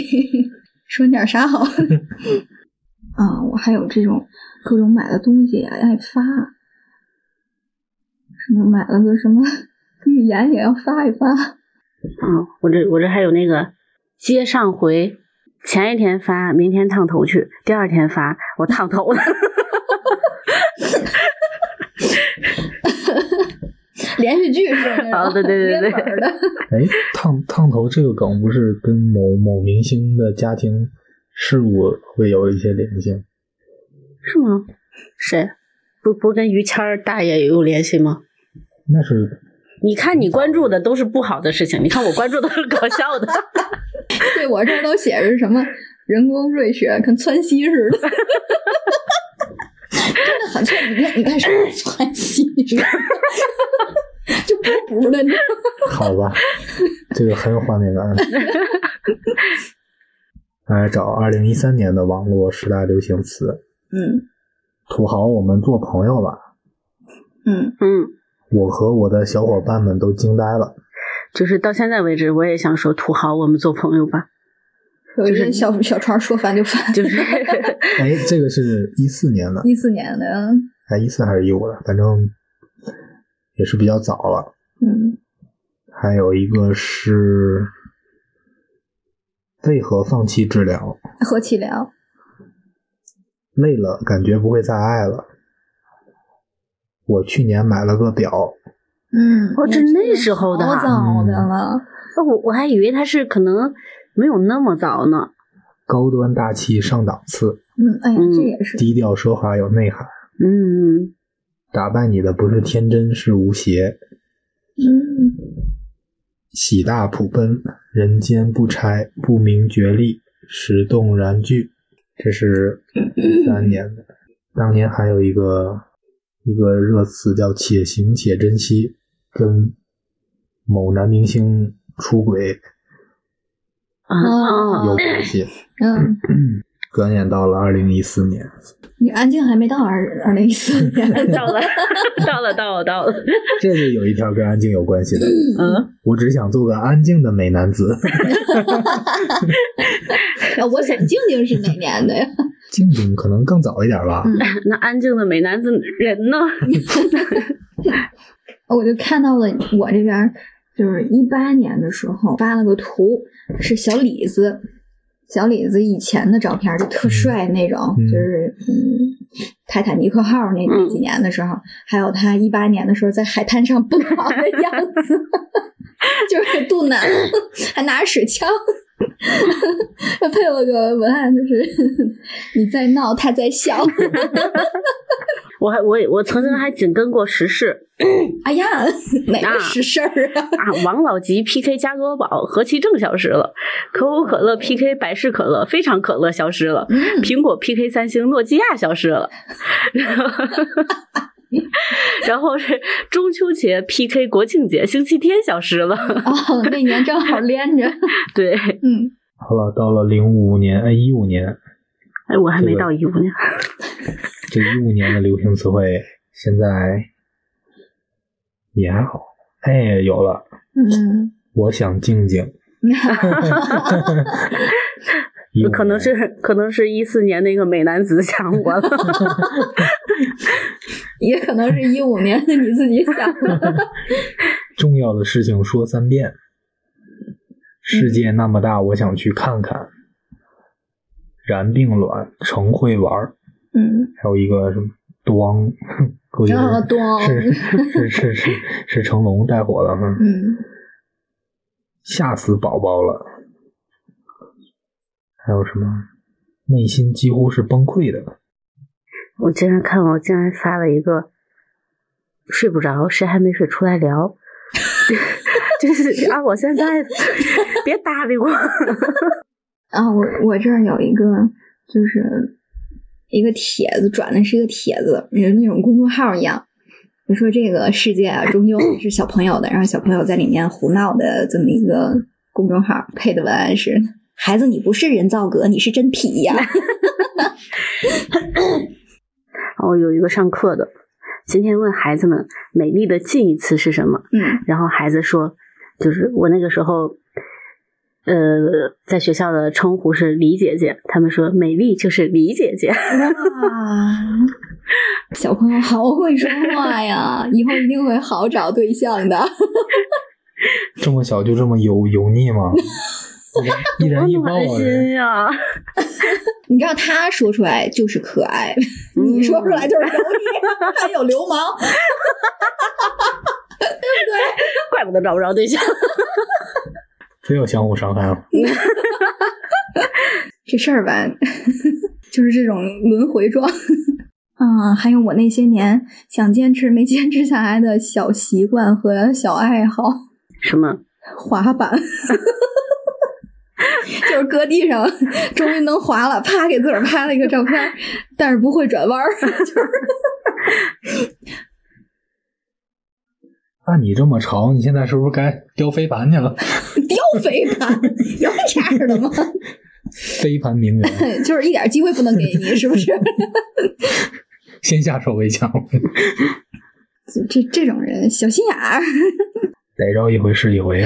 D: 说点啥 好？啊，我还有这种各种买的东西爱发，什么买了个什么预言也要发一发。
A: 嗯，我这我这还有那个接上回，前一天发，明天烫头去，第二天发，我烫头了。
D: 连续剧是 那
A: 啊
D: 种
A: 对对对对
D: 连本儿的，
C: 哎，烫烫头这个梗不是跟某某明星的家庭事故会有一些联系？
A: 是吗？谁？不不是跟于谦儿大爷有联系吗？
C: 那是
A: 你看你关注的都是不好的事情，你看我关注的是搞笑的。
D: 对我这儿都写着什么人工瑞雪，跟川西似的， 真的很像。你看，你看是不是川西似的， 就补补的，你知道吗
C: 好吧，这个很有画面感。来找二零一三年的网络十大流行词，
D: 嗯
C: 土豪，我们做朋友吧！
D: 嗯，
A: 嗯，
C: 我和我的小伙伴们都惊呆了。
A: 就是到现在为止，我也想说土豪，我们做朋友吧。
D: 有一个小小川说翻就翻，
A: 就是
C: 哎，这个是一四年的，
D: 一四年的，
C: 哎，一四还是一五的，反正也是比较早了。
D: 嗯，
C: 还有一个是为何放弃治疗？
D: 何其聊，
C: 累了，感觉不会再爱了。我去年买了个表，
D: 嗯
A: 哦这那时候的
D: 好
A: 啊
D: 早的了，
A: 哦我我还以为他是可能没有那么早呢。
C: 高端大气上档次，
D: 嗯，哎呀，
A: 嗯
D: 这也是，
C: 低调奢华有内涵。
A: 嗯，
C: 打败你的不是天真，是无邪。
D: 嗯，
C: 喜大普奔，人间不拆，不明觉厉，时动然聚。这是三年的，当年还有一个一个热词叫“且行且珍惜”，跟某男明星出轨
A: 啊
D: 哦
A: 啊
C: 有关系，
D: 嗯，
C: 转眼到了二零一四年。
D: 你安静还没到二二零一四年，
A: 到了，到了，到了，到了。
C: 这就有一条跟安静有关系的，
A: 嗯，
C: 我只想做个安静的美男子。
D: 啊我想静静是哪年的呀？
C: 静静可能更早一点吧，
A: 那安静的美男子人呢？
D: 我就看到了我这边儿就是一八年的时候发了个图，是小李子，小李子以前的照片儿就特帅那种，
C: 嗯
D: 就是嗯，泰坦尼克号那那几年的时候，还有他一八年的时候在海滩上奔 跑的样子， 就是肚腩， 还拿着水枪。 配了个文案，就是 你在闹，他在笑。
A: 我还我也我曾经还紧跟过时事
D: 哎呀， 哪
A: 啊
D: 个是事儿啊？
A: 啊，王老吉 PK 加多宝，何其正消失了，可口可乐 PK 百事可乐，非常可乐消失了，
D: 嗯
A: 苹果 PK 三星，诺基亚消失了， 然后是中秋节 PK 国庆节，星期天消失了，
D: 哦，那年正好连着。
A: 对，
D: 嗯，
C: 好了，到了零五年，哎，一五年，
A: 哎，我还没到一五年，
C: 这一五年的流行词汇，现在也还好。哎，有了，
D: 嗯，
C: 我想静静。15
A: 可能
C: 年
A: 是可能是一四年那个美男子想我了，
D: 也可能是一五年的你自己想的。
C: 重要的事情说三遍。世界那么大，我想去看看。然并卵，成会玩儿，
D: 嗯，
C: 还有一个什么咣，估计是
D: 啊咣
C: 是是是是是成龙带火的，嗯
D: 嗯，
C: 吓死宝宝了。还有什么？内心几乎是崩溃的。
A: 我今天看我竟然发了一个睡不着，谁还没睡出来聊？ 就是啊，我现在别搭理我。 哦
D: 啊，我我这儿有一个，就是一个帖子，转的是一个帖子，也是那种公众号一样。就说这个世界啊，终究还是小朋友的，然后小朋友在里面胡闹的这么一个公众号，配的文案是：“孩子，你不是人造革，你是真皮呀、
A: 然后有一个上课的，今天问孩子们美丽的近义词是什么？
D: 嗯
A: 然后孩子说，就是我那个时候，呃，在学校的称呼是李姐姐，他们说美丽就是李姐姐。
D: 啊，小朋友好会说话呀，以后一定会好找对象的。
C: 这么小就这么油油腻吗？一人一抱
A: 暖
C: 啊！这
A: 心呀、
D: 你知道他说出来就是可爱，你说出来就是油腻，还有流氓。
A: 怪不得找不着对象。
C: 非要相互伤害吗？
D: 这事儿吧， 就是这种轮回状。啊，还有我那些年想坚持没坚持下来的小习惯和小爱好，
A: 什么？
D: 滑板， 就是搁地上，终于能滑了，啪给自个儿拍了一个照片，但是不会转弯儿， 就是
C: 那你这么潮，你现在是不是该雕飞盘去了？
D: 吊飞盘， 有这样的 吗？
C: 飞盘名媛，
D: 就是一点机会不能给你，是不是？
C: 先下手为强，
D: 这这这种人小心眼 儿。
C: 逮着一回是一回。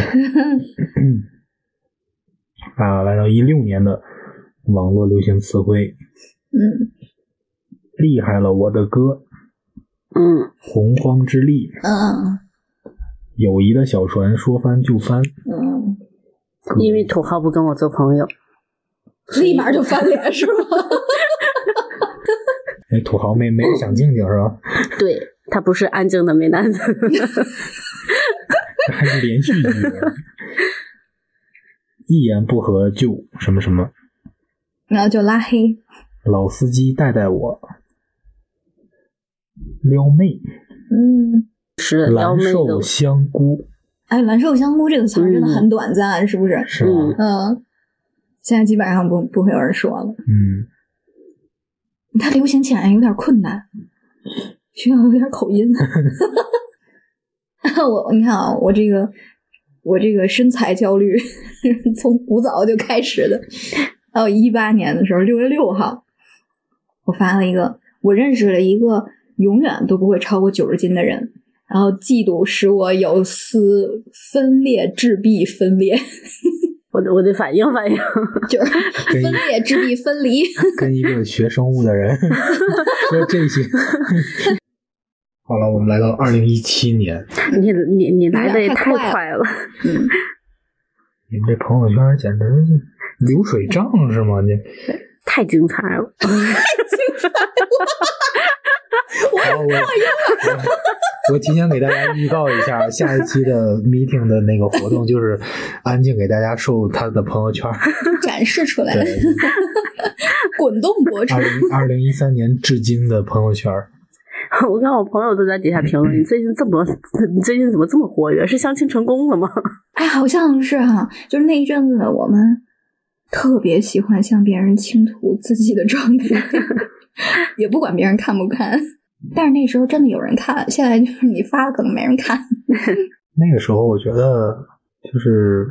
C: 啊，来到一六年的网络流行词汇，
D: 嗯
C: 厉害了我的哥，
A: 嗯，
C: 洪荒之力，
D: 嗯
C: 友谊的小船说翻就翻，
D: 嗯，
A: 因为土豪不跟我做朋友，
D: 立马就翻脸是吗？
C: 那哎土豪没没想静静是吧？
A: 对他不是安静的美男子。
C: 还是连续一年，一言不合就什么什么，
D: 然后就拉黑。
C: 老司机带带我，撩妹，
D: 嗯，
A: 是撩妹
C: 蓝
A: 的嗯
C: 瘦，香菇，
D: 哎，蓝瘦香菇这个词儿真的很短暂，是不嗯是？
C: 是吧？
A: 嗯
D: 嗯，现在基本上不不会有人说了。
C: 嗯，
D: 它流行起来有点困难，需要有点口音。 我你看啊，我这个我这个身材焦虑从古早就开始的。到一八年的时候，六月六号，我发了一个，我认识了一个永远都不会超过九十斤的人，然后嫉妒使我有丝分裂质壁分裂，
A: 我得我得反应反应。
D: 就是
C: 跟
D: 分裂质壁分离。
C: 跟一个学生物的 人说这些。好了，我们来到二零一七年，
A: 你你你来的也
D: 太
A: 太
D: 快
A: 快了，
D: 嗯，
C: 你们这朋友圈简直是流水账是吗？你
A: 太精彩了。
C: 好，我我 我提前给大家预告一 下，下一期的 meeting 的那个活动就是安静给大家秀他的朋友圈。
D: 展示出来，
C: 对，啊
D: 滚动播出
C: 二。零二零一三年至今的朋友圈，
A: 我看我朋友都在底下评论，你最近这么，你最近怎么这么活跃？是相亲成功了吗？
D: 哎，好像是哈、就是那一阵子我们特别喜欢向别人倾吐自己的状态， 也不管别人看不看。但是那时候真的有人看，现在就是你发了可能没人看。
C: 那个时候我觉得就是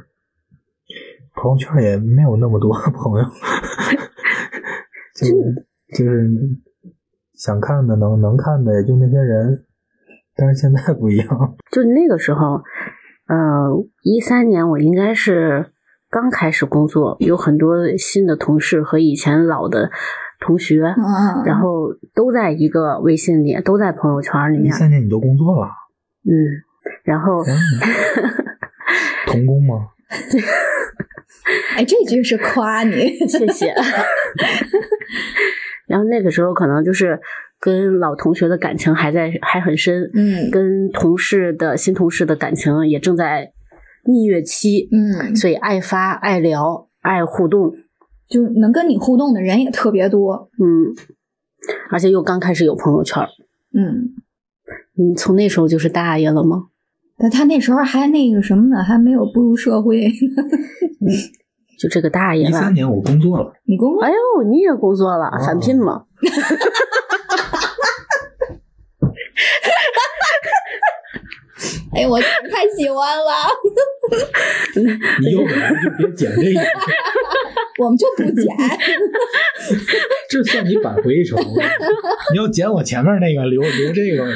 C: 朋友圈也没有那么多朋友， 就就是想看的能能看的也就那些人，但是现在不一样，
A: 就那个时候，呃，一三年我应该是刚开始工作，有很多新的同事和以前老的同学，
D: 啊，
A: 然后都在一个微信里，都在朋友圈里
C: 一
A: 面，
C: 三年你都工作了，
A: 嗯，然后
C: 嗯童工吗？
D: 哎，这句是夸你，
A: 谢谢。然后那个时候可能就是跟老同学的感情还在还很深，
D: 嗯
A: 跟同事的新同事的感情也正在蜜月期，
D: 嗯，
A: 所以爱发、爱聊、爱互动，
D: 就能跟你互动的人也特别多，
A: 嗯，而且又刚开始有朋友圈儿，
D: 嗯，
A: 你从那时候就是大爷了吗？
D: 但他那时候还那个什么呢，还没有步入社会，
A: 就这个大爷
C: 一
A: 吧
C: 三。年我工 作了，
D: 你工作
A: 哎呦，你也工作了，
C: 哦
A: 返聘吗？
D: 哎，我太喜欢了，
C: 你要不然就别剪 这个，
D: 我们就不剪，
C: 这算你扳回一 城。你要剪我前面那个，留留这个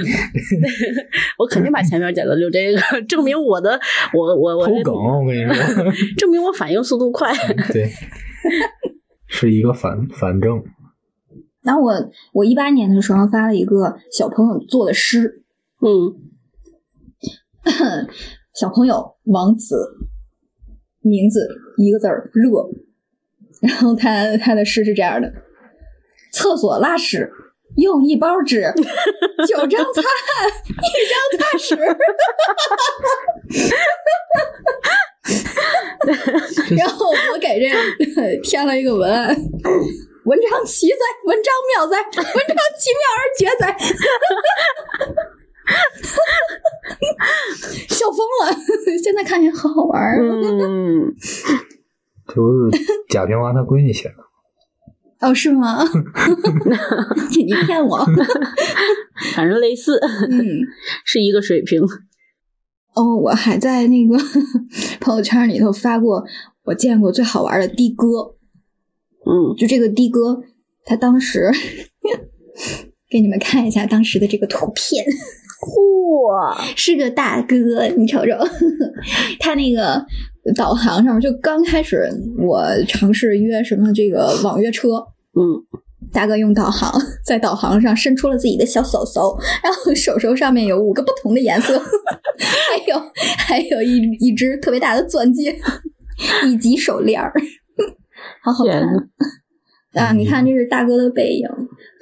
A: 我肯定把前面剪了，留这 个，证明我的我我我
C: 偷
A: 这
C: 梗，我跟你说。
A: 证明我反应速度快。
C: 对，是一个反反正，
D: 然后我我一八年的时候发了一个小朋友做的诗，
A: 嗯，
D: 小朋友王子，名字一个字儿热。然后他他的诗是这样的：厕所拉屎用一包纸，九张擦汗，一张擦屎。然后我给这添了一个文案：文章奇哉，文章妙哉，文章奇妙而绝哉。笑疯了，现在看起来好好玩儿。
A: 嗯，
C: 这不是贾平凹他闺女写的。
D: 哦，是吗？你你骗我。
A: 反正类似，
D: 嗯，
A: 是一个水平。
D: 哦，我还在那个 朋友圈里头发过我见过最好玩的的哥，
A: 嗯
D: 就这个的哥，他当时给你们看一下当时的这个图片。嚯，是个大哥，你瞅 瞅，他那个导航上面就刚开始我尝试约什么这个网约车，
A: 嗯，
D: 大哥用导航 在导航上伸出了自己的小手手， 然后手手上面有五个不同的颜色， 还有还有一一只特别大的钻戒， 以及手链儿， 好好看
A: 天呐
D: 啊！你看这是大哥的背影，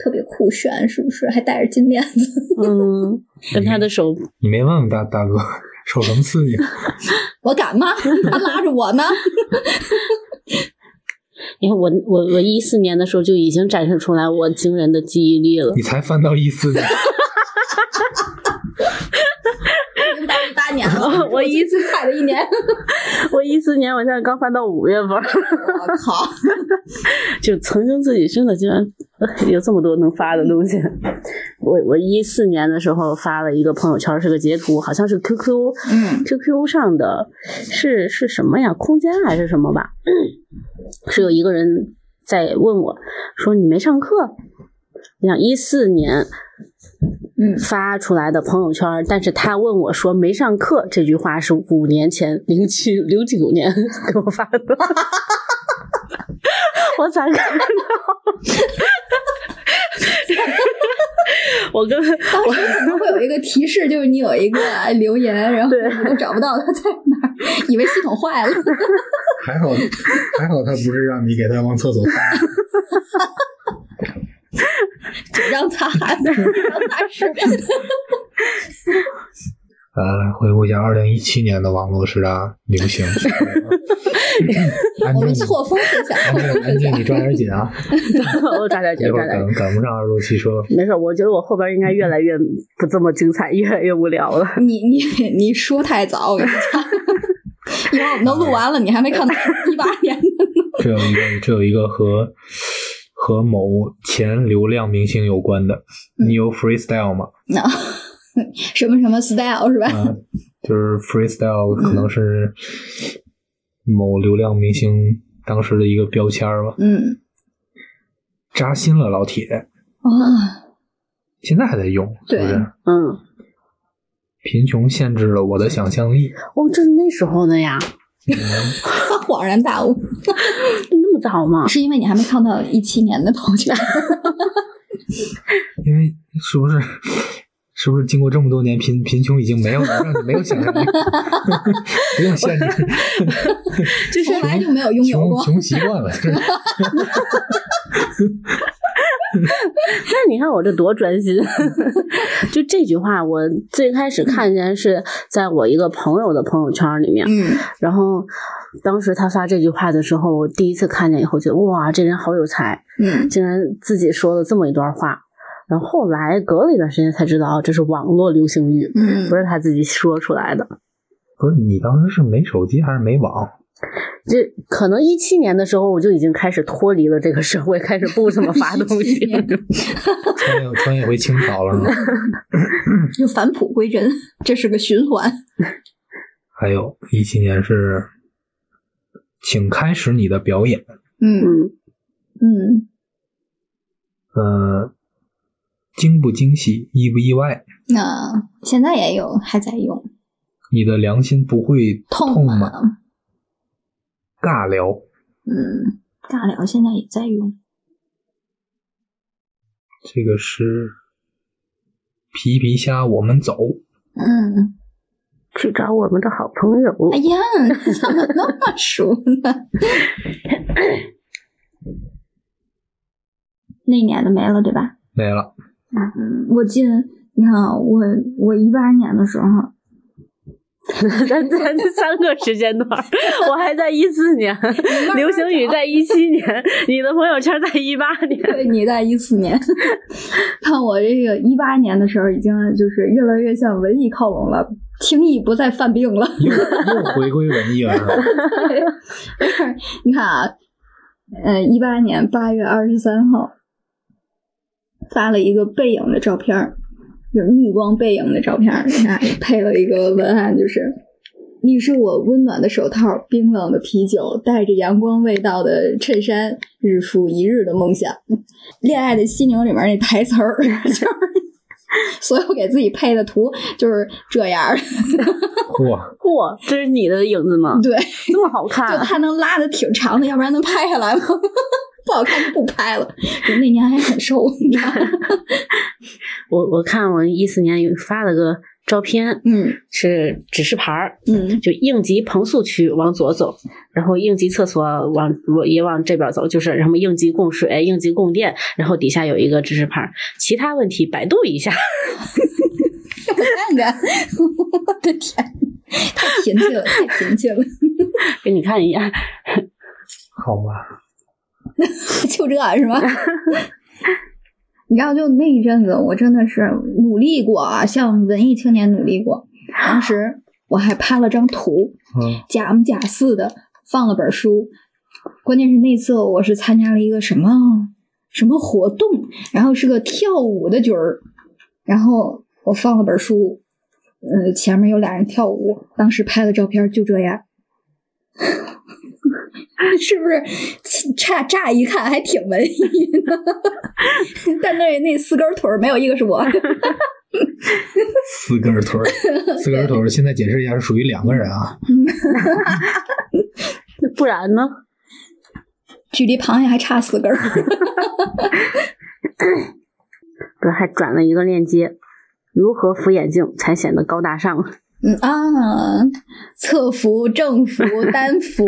D: 特别酷炫，是不是？还戴着金链子。
A: 嗯，跟他的手，
C: 你没问问大大哥受什么 刺激？
D: 我敢吗？他拉着我呢。
A: 你看我我我一四年的时候就已经展示出来我惊人的记忆力了。，
C: 你才翻到一四年，
D: 你们到一八年了
A: 我一
D: 次踩了一年，
A: 我一四年，我现在刚翻到五月份儿，
D: 我靠！
A: 就曾经自己真的居然呃有这么多能发的东西。 我我一四年的时候发了一个朋友圈，是个截图，好像是 QQ，
D: 嗯
A: QQ 上的是是什么呀？空间啊还是什么吧？是有一个人在问我说：“你没上课？”我想一四年
D: 嗯
A: 发出来的朋友圈，但是他问我说“没上课”这句话是五年前零七零九年 给我发的，我才看到。 我跟
D: 当时可能会有一个提示，就是你有一个留言，然后
A: 对
D: 你都找不到它在哪儿，以为系统坏了。
C: 还好还好他不是让你给他往厕所翻。
D: 九张擦汗，九张擦拭。
C: 来来啊回顾一下二零一七年的网络十大流行。 安
D: 我
C: 静
D: 们
C: 你，
D: 错峰分享，
C: 安
D: 错峰分
C: 静，安静，
D: 享。
C: 你抓点紧啊！
A: 我抓点紧，
C: 一会
A: 抓
C: 儿
A: 点紧
C: 赶赶不上二路汽车。
A: 没事，我觉得我后边应该越来越不这么精彩， 越来越无聊了。
D: 你你你说太早，我跟你讲，一会儿我们都录完了，你还没看到一八年的。
C: 这有一个，这有一个和和某前流量明星有关的，你有 freestyle 吗？
D: 那 什么什么 style 是吧？
C: 啊，就是 freestyle 可能是某流量明星当时的一个标签儿吧。
D: 嗯，
C: 扎心了，老铁，
D: 哇，
C: 现在还在用，是不
D: 对
C: 是？
A: 嗯，
C: 贫穷限制了我的想象力，
A: 哦，这是那时候的呀，
D: 他恍然大悟。
A: 那么早吗？
D: 是因为你还没看到一七年的朋友圈，
C: 因为是不是是不是经过这么多年贫贫穷已经没有了，让你没有想象力， 不用限制，
D: 就是从来就没有拥有
C: 穷
D: 过。
C: 穷习惯了，这
A: 那你看我这多专心， 就这句话，我最开始看见是在我一个朋友的朋友圈里面，
D: 嗯，
A: 然后当时他发这句话的时候，我第一次看见以后觉得哇，这人好有才，
D: 嗯，
A: 竟然自己说了这么一段话。然后后来隔了一段时间才知道，这是网络流行语，
D: 嗯
A: 不是他自己说出来的。
C: 不是你当时是没手机还是没网？
A: 这可能一七年的时候，我就已经开始脱离了这个社会，开始不怎么 发东西
D: 17。年
C: 穿越穿越回清朝了是吗？
D: 就返璞归真，这是个循环。
C: 还有一七年是，请开始你的表演。
D: 嗯
A: 嗯，
D: 嗯，
C: 呃，惊不惊喜，意不意外？
D: 那现在也有，还在用，
C: 你的良心不会痛
D: 痛
C: 吗？
D: 嘛？
C: 尬聊，
D: 嗯，尬聊现在也在用。
C: 这个是皮皮虾，我们走。
D: 嗯，
A: 去找我们的好朋友。
D: 哎呀，你怎么那么熟呢？那年的没了，对吧？
C: 没了，
D: 嗯，我记得，你看啊我我一八年的时候，
A: 咱咱这三个时间段儿，我还在一四年， 流行语在一七年，你的朋友圈在一八年。
D: 对你在一四年， 看我这个一八年的时候，已经就是越来越向文艺靠拢了，轻易不再犯病了。
C: 又又回归文艺了 是吧？
D: 你看啊，呃，一八年八月二十三号发了一个背影的照片儿，就是逆光背影的照片儿，你看配了一个文案，就是“你是我温暖的手套，冰冷的啤酒，带着阳光味道的衬衫，日复一日的梦想。”恋爱的犀牛里面那台词儿 就是。所有给自己配的图就是这样儿，
C: 哇，
A: 嚯，这是你的影子吗？
D: 对，
A: 这么好
D: 就
A: 看，啊
D: 它能拉的挺长的，要不然能拍下来吗？ 不好看就不拍了。人那年还很瘦，你知道吗？
A: 我我看我一四年有发了个照片，
D: 嗯
A: 是指示牌儿，
D: 嗯
A: 就应急棚宿区往左走，然后应急厕所往我也往这边走，就是什么应急供水、哎应急供电，然后底下有一个指示牌儿，其他问题百度一下。
D: 我看看， 我的天，太贫气了，太贫气了，
A: 给你看一眼，
C: 好吧，
D: 就这是 吧？你知道，就那一阵子，我真的是努力过啊，向文艺青年努力过。当时我还拍了张图，
C: 嗯，
D: 假模假式的放了本书。关键是那次我是参加了一个什么什么活动，然后是个跳舞的局儿，然后我放了本书，呃，前面有俩人跳舞，当时拍的照片就这样， 是不是？乍乍一看还挺文艺的， 但那那四根腿儿没有一个是我。
C: 四根腿儿，四根腿儿，现在解释一下，是属于两个人啊。
A: 不然呢？
D: 距离螃蟹还差四根儿，
A: 对，还转了一个链接，如何扶眼镜才显得高大上？
D: 嗯啊，侧幅、正幅、单幅。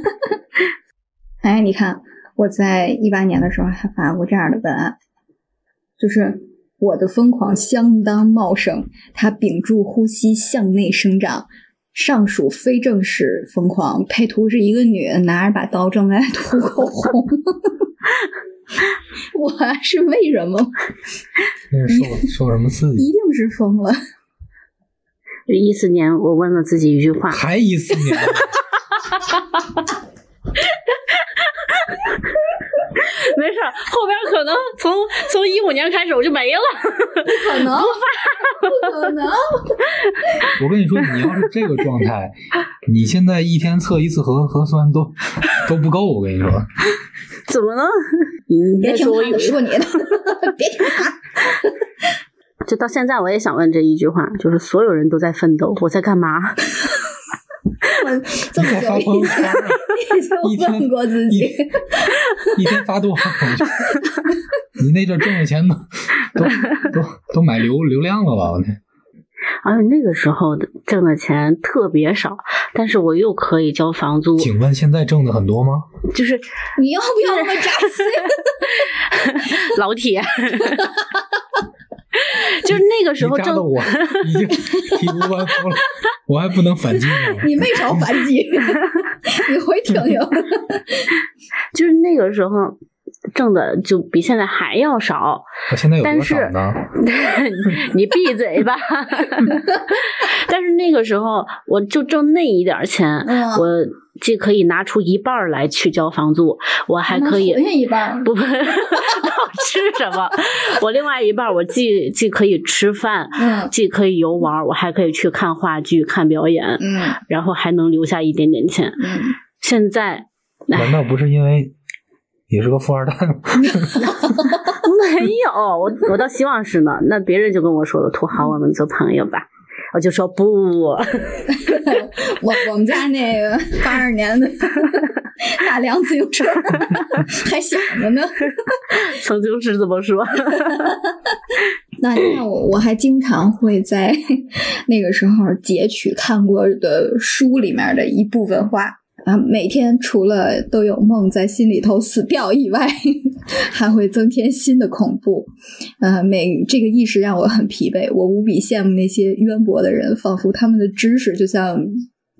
D: 哎，你看，我在一八年的时候还发过这样的文案，就是我的疯狂相当茂盛，它屏住呼吸向内生长。上属非正式疯狂，配图是一个女人拿着把刀正在涂口红。 我是为什么？
C: 那是受 受什么刺激？
D: 一定是疯了。
A: 一四年，我问了自己一句 话，
C: 还一四年，
A: 没事儿，后边可能从从一五年开始我就没了。
D: 可能，不可能。
C: 我跟你说，你要是这个状态，你现在一天测一次核核酸都都不够。我跟你说，
A: 怎么了？你
D: 别
A: 别
D: 听
A: 说我
D: 他
A: 有
D: 的，说你的，别听他。
A: 就到现在我也想问这一句话，就是所有人都在奋斗，我在干嘛？
D: 这么
C: 发
D: 久
C: 朋友
D: 以
C: 圈
D: 前
C: 儿，
D: 我
C: 一
D: 也就
C: 天
D: 问过自己，
C: 一天发多少朋友圈？ 你那阵儿挣的钱都都都都买流流量了吧？我那
A: 而且那个时候的挣的钱特别少，但是我又可以交房租，
C: 请问现在挣的很多吗？
A: 就是
D: 你要不要那么扎心？
A: 老铁， 就是那个时候
C: 你扎
A: 挣
C: 的我已经体无完肤了，我还不能反击你。啊
D: 你没少反击，你回听听。
A: 就是那个时候挣的就比现在还要少，
C: 我现在有
A: 但
C: 多
A: 是
C: 少呢？
A: 你闭嘴 吧。但是那个时候我就挣那一点儿钱，
D: 嗯
A: 我既可以拿出一半儿来去交房租，我
D: 啊
A: 还可以
D: 存下一半儿。
A: 不不 吃什么，我另外一半儿我既既可以吃饭，
D: 嗯
A: 既可以游玩儿，我还可以去看话剧、看表演，
D: 嗯
A: 然后还能留下一点点钱。
D: 嗯，
A: 现在
C: 难道不是因为你是个富二代吗？
A: 没有，我我倒希望是呢。那别人就跟我说了，土豪，我们做朋友吧。我就说不，
D: 我我们家那个八二年的 大梁自行车 还响着呢。
A: 曾经是这么说。
D: 那那我我还经常会在那个时候截取看过的书里面的一部分话啊，每天除了都有梦在心里头死掉以外， 还会增添新的恐怖。呃，每这个意识让我很疲惫，我无比羡慕那些渊博的人，仿佛他们的知识就像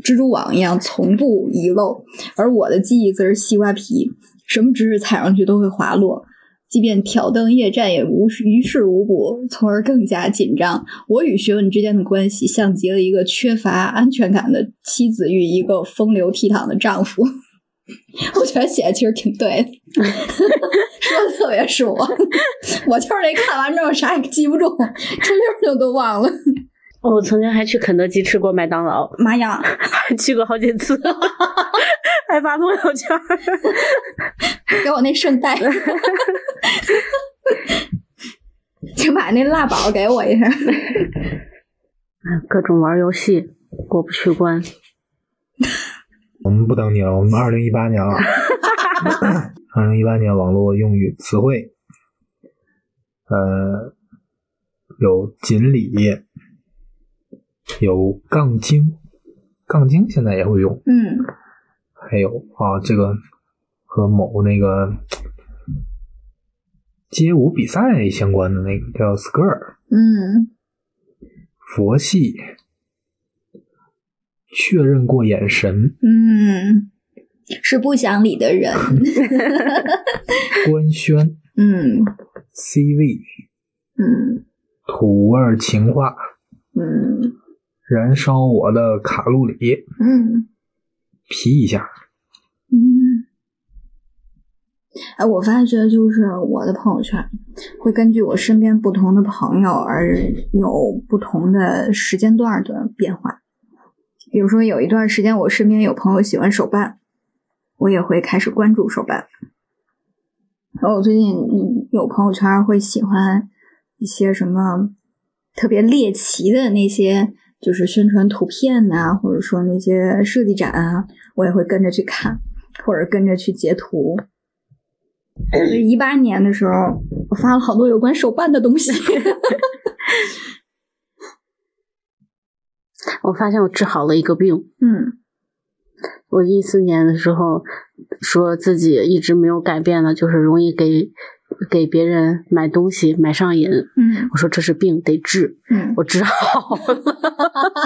D: 蜘蛛网一样从不遗漏，而我的记忆则是西瓜皮，什么知识踩上去都会滑落。即便挑灯夜战也无于事无补，从而更加紧张。我与学问之间的关系，像极了一个缺乏安全感的妻子与一个风流倜傥的丈夫。 我觉得写的其实挺对的， 说的特别是我，我就是那看完之后啥也记不住，这溜儿就都忘了。
A: 哦我曾经还去肯德基吃过麦当劳，
D: 妈呀，
A: 还去过好几次， 还发朋友圈儿。
D: 给我那圣 代，请把那辣宝给我一下。
A: 各种玩游戏过不去关，
C: 我们不等你了，我们二零一八年了。二零一八年网络用语词汇，呃，有锦鲤，有杠精，杠精现在也会用，
D: 嗯
C: 还有啊，这个和某那个街舞比赛相关的那个叫 skr，
D: 嗯
C: 佛系，确认过眼神，
D: 嗯，是不讲理的人。
C: 官宣
D: 嗯
C: ，CV。
D: 嗯
C: 土味情话，
D: 嗯
C: 燃烧我的卡路里，
D: 嗯
C: 皮一下。
D: 嗯。哎，我发觉就是我的朋友圈会根据我身边不同的朋友而有不同的时间段儿的变化。比如说，有一段时间我身边有朋友喜欢手办，我也会开始关注手办。然后我最近嗯有朋友圈会喜欢一些什么特别猎奇的那些，就是宣传图片呐、或者说那些设计展啊，我也会跟着去看，或者跟着去截图。就是一八年的时候，我发了好多有关手办的东西。
A: 我发现我治好了一个病。
D: 嗯
A: 我一四年的时候说自己一直没有改变的，就是容易给给别人买东西买上瘾。
D: 嗯
A: 我说这是病得治，
D: 嗯，
A: 我治好 了。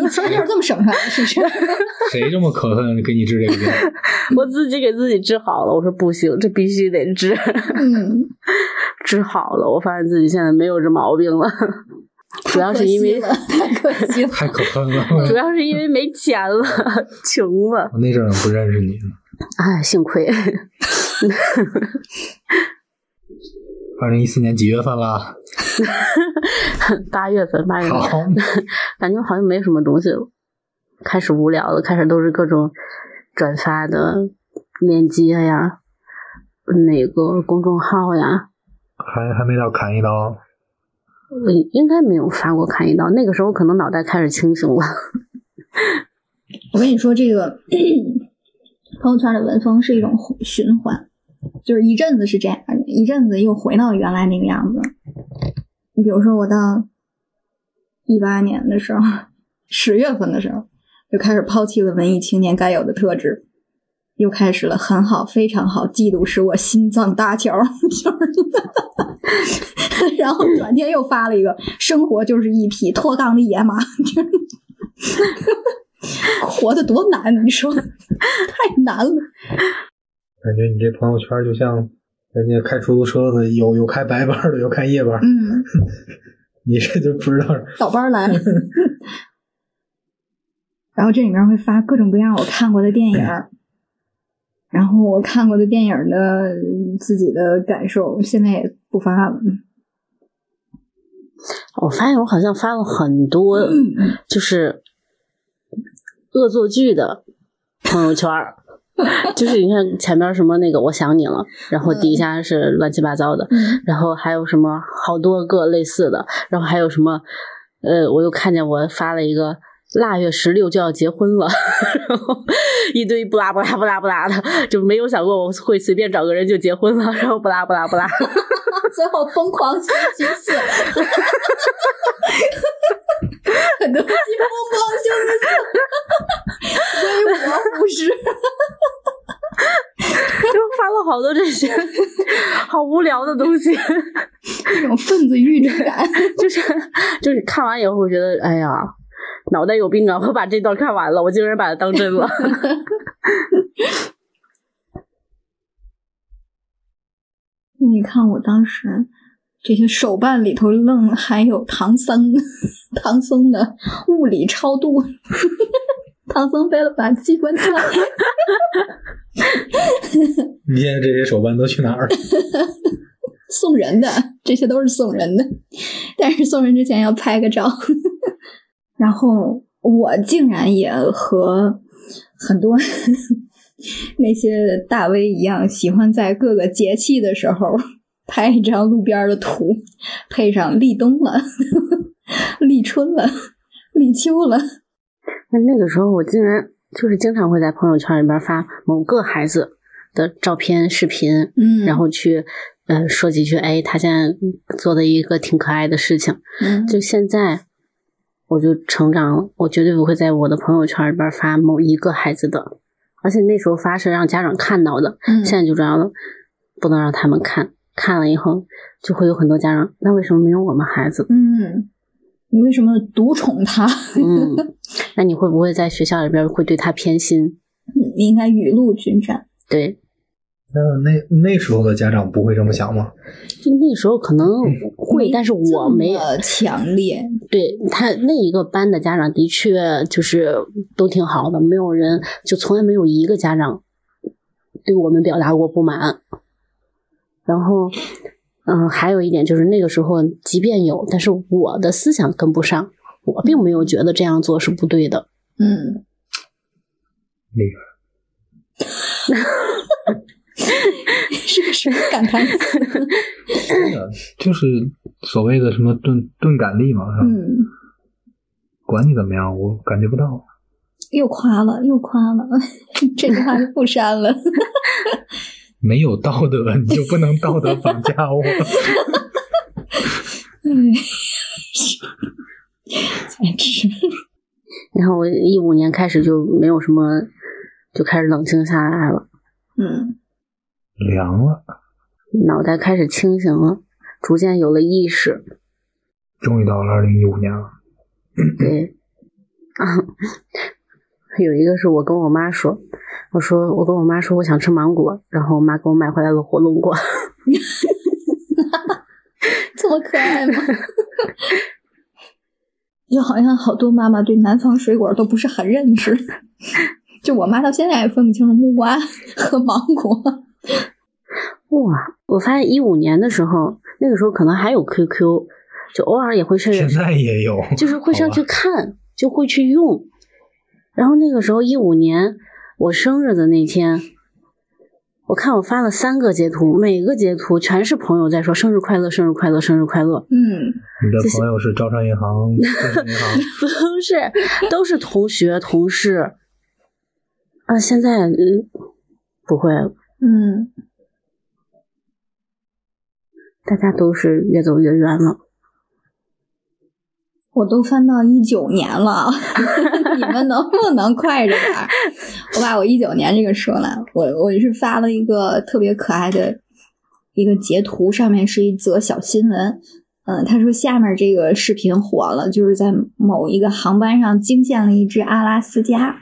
D: 你前就是这么省下来，是不是？
C: 谁这么可恨给你治这 个病？
A: 我自己给自己治好了。我说不行，这必须得治，
D: 嗯，
A: 治好了。我发现自己现在没有这毛病了，主要是因为
D: 太可惜了太可惜啊了。
C: 太可恨了！
A: 主要是因为没钱了，穷了。
C: 我那阵儿不认识你呢。
A: 哎，幸亏
C: 二零一四年几月份了？
A: 八月份，八月份
C: 好，
A: 感觉好像没什么东西了，开始无聊了，开始都是各种转发的链接呀，那个公众号呀，
C: 还还没到砍一刀。
A: 呃应该没有发过看一刀。那个时候可能脑袋开始清醒了，
D: 我跟你说，这个 朋友圈的文风是一种循环，就是一阵子是这样，一阵子又回到原来那个样子。你比如说，我到一八年的时候，十月份的时候，就开始抛弃了文艺青年该有的特质，又开始了很好、非常好，嫉妒使我心脏搭桥， 就是，然后转天又发了一个生活就是一匹脱缰的野马，就是活得多难，你 说太难了。
C: 感觉你这朋友圈就像人家开出租车的，有有开白班的，有开夜班，
D: 嗯，
C: 你这就不知道。
D: 倒班儿来。 然后这里面会发各种各样我看过的电影儿，然后我看过的电影儿的嗯自己的感受，现在也不发了。
A: 我发现我好像发了很多，就是恶作剧的朋友圈儿就是你看前面什么那个我想你了，然后底下是乱七八糟的，
D: 嗯
A: 然后还有什么好多个类似的，然后还有什么，呃，我又看见我发了一个腊月十六就要结婚了，然后一堆不拉不拉不拉不拉的，就没有想过我会随便找个人就结婚了，然后不拉不拉不拉，
D: 最后疯狂星期四，很多期疯狂 星期四，微博五十。
A: 就发了好多这些好无聊的东西。
D: 一种分子预知感。
A: 就是就是看完以后会觉得，哎呀，脑袋有病啊！我把这段看完了，我竟然把它当 真了。
D: 你看我当时这些手办里头愣还有唐僧，唐僧的物理超度， 唐僧飞了把机关枪，
C: 你现在这些手办都去哪儿了？
D: 送人的， 这些都是送人的， 但是送人之前要拍个照。 然后我竟然也和很多 那些大 V 一样，喜欢在各个节气的时候 拍一张路边的图，配上立冬了、 立春了、立秋了。
A: 那那个时候，我竟然就是经常会在朋友圈里边发某个孩子的照片、视频，
D: 嗯
A: 然后去呃说几句，哎，他现在做的一个挺可爱的事情。
D: 嗯
A: 就现在，我就成长了，我绝对不会在我的朋友圈里边发某一个孩子的，而且那时候发是让家长看到的，
D: 嗯？
A: 现在就这样了，不能让他们看，看了以后就会有很多家长，那为什么没有我们孩子
D: 嗯，你为什么独宠他？
A: 嗯，那你会不会在学校里边会对他偏心？
D: 你应该雨露均沾。
A: 对，
C: 那那那时候的家长不会这么想吗？
A: 就那时候可能会，但是我没
D: 这么强烈，
A: 对他那一个班的家长的确就是都挺好的，没有人就从来没有一个家长对我们表达过不满。然后，嗯，还有一点就是那个时候，即便有，但是我的思想跟不上，我并没有觉得这样做是不对的。
D: 嗯。
C: 那个。
D: 是个什么感叹词？
C: 真的就是所谓的什么钝钝感力嘛，是吧
D: 嗯，
C: 管你怎么样，我感觉不到。
D: 又夸了，又夸了， 这句话就不删了。
C: 没有道德， 你就不能道德绑架我。
D: 嗯，才吃。
A: 然后我一五年开始就没有什么，就开始冷静下来了，
D: 嗯，
C: 凉了，
A: 脑袋开始清醒了，逐渐有了意识。
C: 终于到了二零一五年了。
A: 对，啊， 有一个是我跟我妈说，我说我跟我妈说我想吃芒果，然后我妈给我买回来了火龙果，
D: 这么可爱吗？ 就好像好多妈妈对南方水果都不是很认识， 就我妈到现在也分不清楚木瓜和芒果。
A: 哇！我发现一五年的时候，那个时候可能还有 QQ，就偶尔也会
C: 现
A: 是，
C: 在也有，
A: 就是会上去
C: 好吧。
A: 看，就会去用。然后那个时候一五年我生日的那天。我看我发了三个截图，每个截图全是朋友在说生日快乐，生日快乐，生日快乐。
D: 嗯，
C: 你的 朋友是招商银行、工商银行，
A: 不是，都是同学、同事，啊，现在嗯不会，
D: 嗯，
A: 大家都是越走越远了。
D: 我都翻到一九年了， 你们能不能快着点儿？我把我一九年这个说了，我我是发了一个特别可爱的一个截图，上面是一则小新闻。嗯，他说下面这个视频火了，就是在某一个航班上惊现了一只阿拉斯加。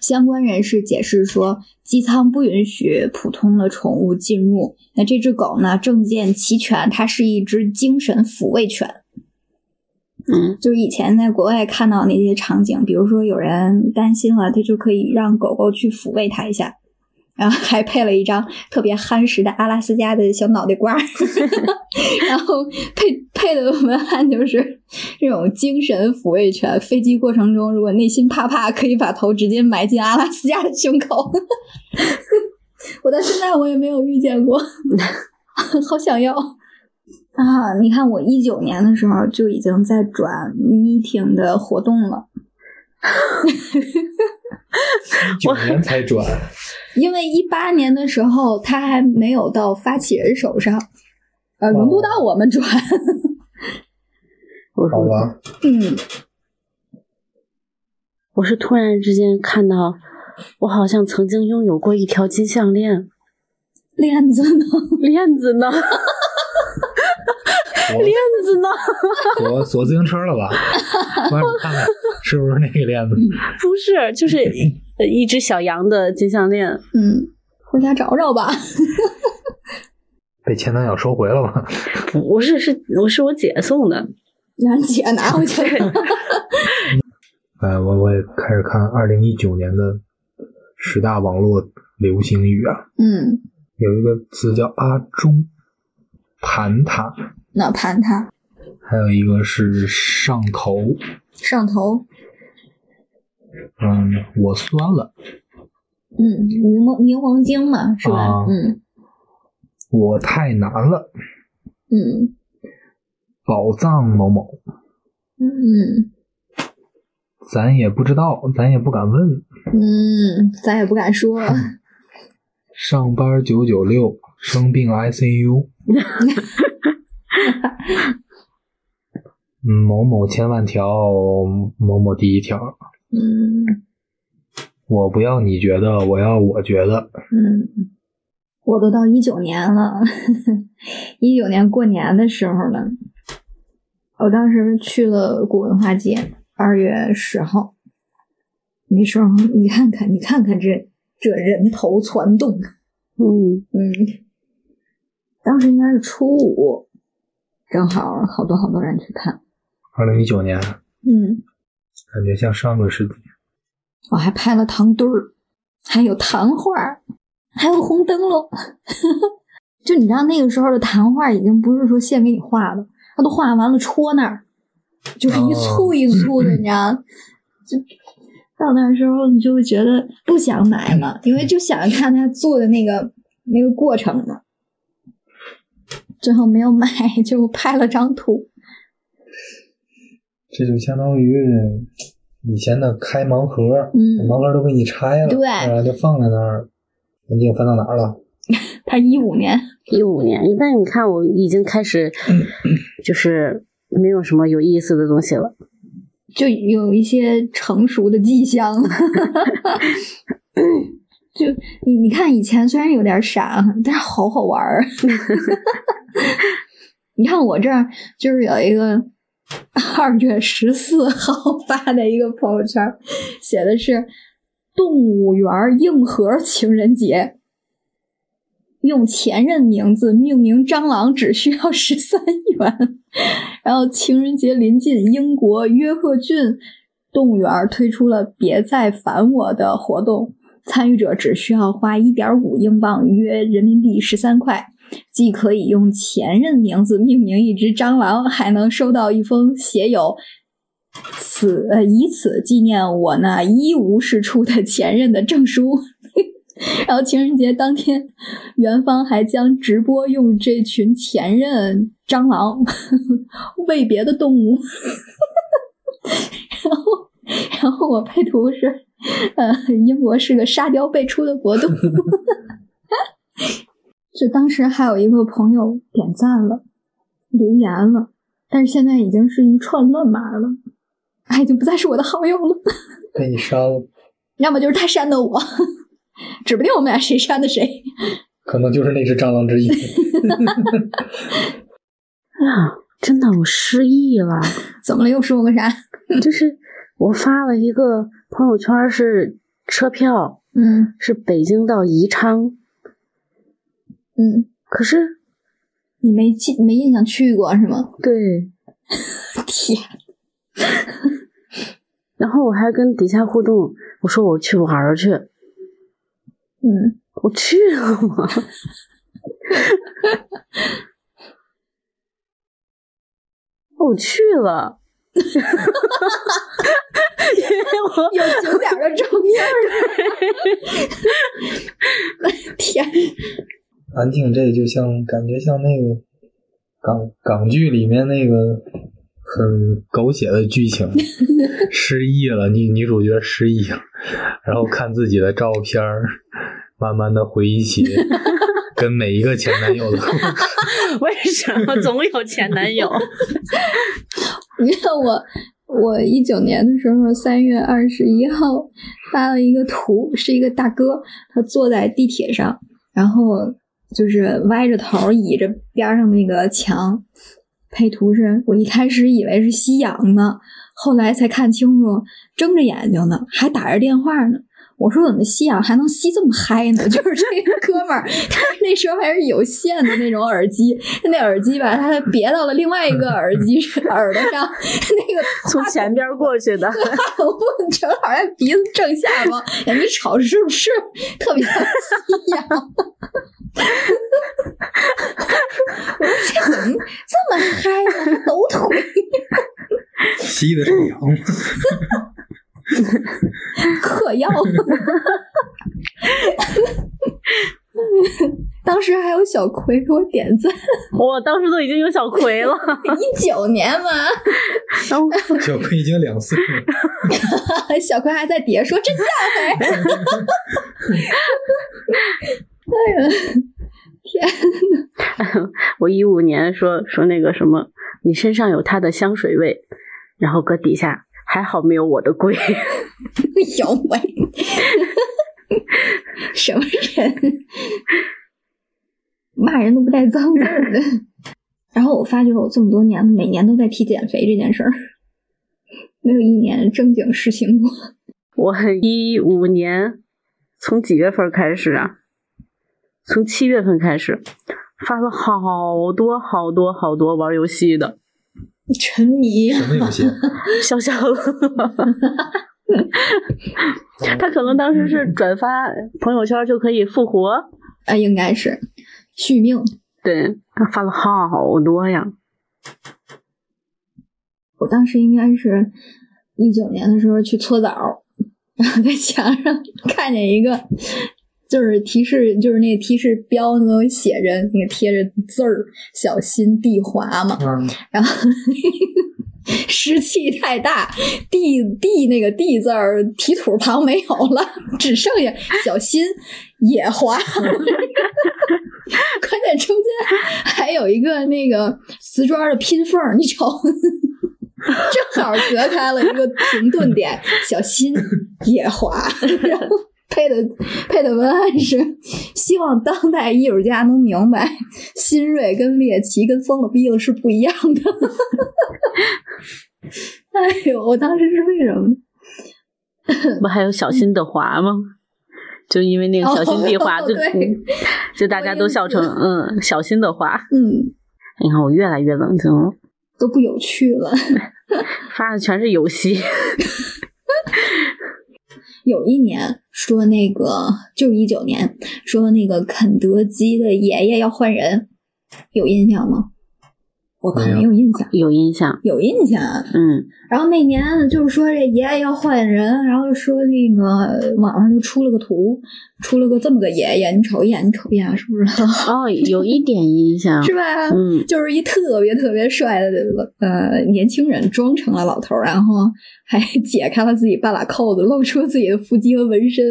D: 相关人士解释说，机舱不允许普通的宠物进入。那这只狗呢，证件齐全，它是一只精神抚慰犬。
A: 嗯
D: 就是以前在国外看到那些场景，比如说有人担心了，他就可以让狗狗去抚慰它一下，然后还配了一张特别憨实的阿拉斯加的小脑袋瓜儿，然后配配的文案就是这种精神抚慰犬，飞机过程中如果内心怕怕，可以把头直接埋进阿拉斯加的胸口。 我到现在我也没有遇见过， 好想要。啊，你看我一九年的时候就已经在转 meeting 的活动了，
C: 九年才转，
D: 因为一八年的时候它还没有到发起人手上，呃，轮不到我们转。
A: 我
C: 好
A: 说
C: 吧，
D: 嗯，
A: 我是突然之间看到，我好像曾经拥有过一条金项链，
D: 链子呢？
A: 链子呢？ 链子呢？
C: 锁锁锁自行车了吧？我让你看看是不是那个链子？
A: 不是，就是一呃一只小羊的金项链。
D: 嗯，回家找找吧。
C: 被前男友收回了吗？
A: 不是，是我是我姐送的。
D: 楠姐拿回去。
C: 哎，我我也开始看二零一九年的十大网络流行语啊，
D: 嗯，
C: 有一个词叫阿忠、盘塔，
D: 那盘它
C: 还有一个是上头，
D: 上头。
C: 嗯，我酸了，
D: 嗯，柠檬柠檬精嘛，是吧？
C: 啊
D: 嗯
C: 我太难了，
D: 嗯
C: 宝藏某某，
D: 嗯
C: 咱也不知道，咱也不敢问，
D: 嗯，咱也不敢说了。
C: 上班九九六，生病 ICU，嗯某某千万条，某某第一条，
D: 嗯
C: 我不要你觉得，我要我觉得，
D: 嗯，我都到一九年了，一九年过年的时候呢，我当时去了古文化节，二月十号。那时候你看看，你看看这这人头攒动，
A: 嗯，
D: 嗯，当时应该是初五，正好好多好多人去看，
C: 二零一九年感
D: 嗯，
C: 觉像上个世纪，
D: 我还拍了糖墩儿，还有糖画儿，还有红灯笼。 就你知道那个时候的糖画已经不是说现给你画的，它都画完了戳那儿，就是一簇一簇的，你知道。就到那时候你就会觉得不想买了，因为就想看他做的那个那个过程嘛。最后没有买， 就拍了张图。
C: 这就相当于以前的开盲盒，
D: 嗯
C: 盲盒都给你拆了，
D: 对
C: 然后就放在那儿，你已经翻到哪儿了？
D: 他一五年，
A: 一五年，但你看我已经开始
C: 嗯
A: 就是没有什么有意思的东西了。
D: 就有一些成熟的迹象。就你你看，以前虽然有点傻，但是好好玩儿。你看我这儿就是有一个二月十四号发的一个朋友圈，写的是动物园硬核情人节。用前任名字命名蟑螂只需要十三元，然后情人节临近，英国约克郡动物园推出了“别再烦我”的活动，参与者只需要花一点五英镑（约人民币十三块），既可以用前任名字命名一只蟑螂，还能收到一封写有。此呃，以此纪念我那一无是处的前任的证书。 然后情人节当天，园方还将直播用这群前任蟑螂喂别的动物。然后，然后我配图是呃，英国是个沙雕辈出的国度。 就当时还有一个朋友点赞了，留言了，但是现在已经是一串乱码了，他已经不再是我的好友了。
C: 被你删了，
D: 要么就是他删的我， 指不定我们俩谁删的谁。
C: 可能就是那只蟑螂之一。
A: 啊，真的我失忆了，
D: 怎么了？又说个啥？
A: 就是我发了一个朋友圈是车票，
D: 嗯
A: 是北京到宜昌，
D: 嗯，
A: 可是
D: 你没记没印象去过是吗？
A: 对，
D: 天，
A: 然后我还跟底下互动，我说我去玩儿去，
D: 嗯，
A: 我去了吗？ 我去了， 因为我
D: 有景点的照片 儿。天，
C: 安静，这就像感觉像那个港港剧里面那个很狗血的剧 情，失忆了，女女主角失忆了，然后看自己的照片儿，慢慢的回忆 起跟每一个前男友的故事。
A: 为什么总有前男友？
D: 你看我，我一九年的时候，三月二十一号发了一个图，是一个大哥，他坐在地铁上，然后就是歪着头倚着边上那个墙。配图是我一开始以为是夕阳呢，后来才看清楚，睁着眼睛呢，还打着电话呢。我说怎么吸氧还能吸这么嗨呢？ 就是这个哥们儿，他那时候还是有线的那种耳机， 那耳机吧，他别到了另外一个耳机耳朵上，那个
A: 从前边过去 的，
D: 头部正好在鼻子正下方，哎，你瞅是不是特别像吸氧？我说这怎么这么嗨呢？还抖腿，
C: 吸的是羊吗，
D: 嗑药。 当时还有小葵给我点赞，
A: 我当时都已经有小葵了，
D: 一九年嘛，
A: 然后
C: 小葵已经两岁了，
D: 小葵还在底下说真像哎，
A: 我一五年说说那个什么，你身上有他的香水味，然后搁底下还好没有我的贵，
D: 有喂， 什么人？骂人都不带脏字儿的。 然后我发觉我这么多年每年都在提减肥这件事儿，没有一年正经实行过。
A: 我一五年从几月份开始啊？从七月份开始发了好多好多好多玩游戏的，
D: 沉迷
C: 什么游戏？啊
A: 消消乐。 他可能当时是转发朋友圈就可以复活，
D: 啊，应该是续命。
A: 对，他发了好多呀。
D: 我当时应该是一九年的时候去搓澡儿，然后在墙上看见一个，就是提示，就是那个提示标那个写着那个贴着字儿“小心地滑”嘛，
C: 嗯，
D: 然后 湿气太大，地地那个地字儿提土旁没有了，只剩下小心野 滑。关键中间还有一个那个瓷砖的拼缝儿，你瞅，正好隔开了一个停顿点，小心野滑。然后配的配的文案是：希望当代艺术家能明白，新锐跟猎奇跟疯了逼了是不一样的。 哎呦，我当时是为什么？
A: 不还有小心的滑吗？就因为那个小心地滑，
D: 嗯哦
A: 就
D: 对
A: 就大家都笑成嗯小心的滑。
D: 嗯，
A: 你看我越来越冷静了，
D: 都不有趣了。
A: 发的全是游戏。
D: 有一年说那个就是一九年说那个肯德基的爷爷要换人，有印象吗？我靠，
C: 没
D: 没
C: 有
D: 有印象，
A: 有印象，
D: 有印象。啊
A: 嗯，
D: 然后那年就是说这爷爷要换人，然后说那个网上就出了个图，出了个这么个爷爷，你瞅一眼，你瞅一眼，是不是？
A: 哦，有一点印象，
D: 是吧？
A: 嗯
D: 就是一特别特别帅的呃年轻人装成了老头儿，然后还解开了自己半拉扣子，露出自己的腹肌和纹身。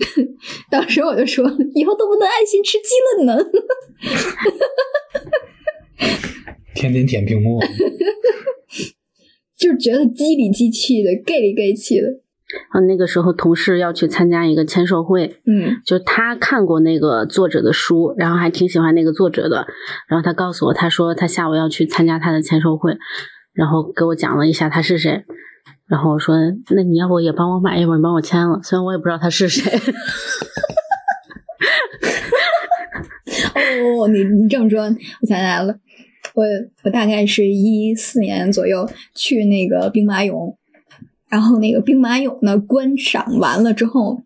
D: 当时我就说，以后都不能安心吃鸡了呢。
C: 天天舔屏幕，啊
D: 就是觉得鸡里鸡气的，gay 里 gay 气的。
A: 啊，那个时候同事要去参加一个签售会，
D: 嗯，
A: 就他看过那个作者的书，然后还挺喜欢那个作者的，然后他告诉我，他说他下午要去参加他的签售会，然后给我讲了一下他是谁，然后我说那你要不也帮我买一本，你帮我签了，虽然我也不知道他是谁，
D: 哦，你你这么说，我想起来了，我我大概是一四年左右去那个兵马俑，然后那个兵马俑呢，观赏完了之后，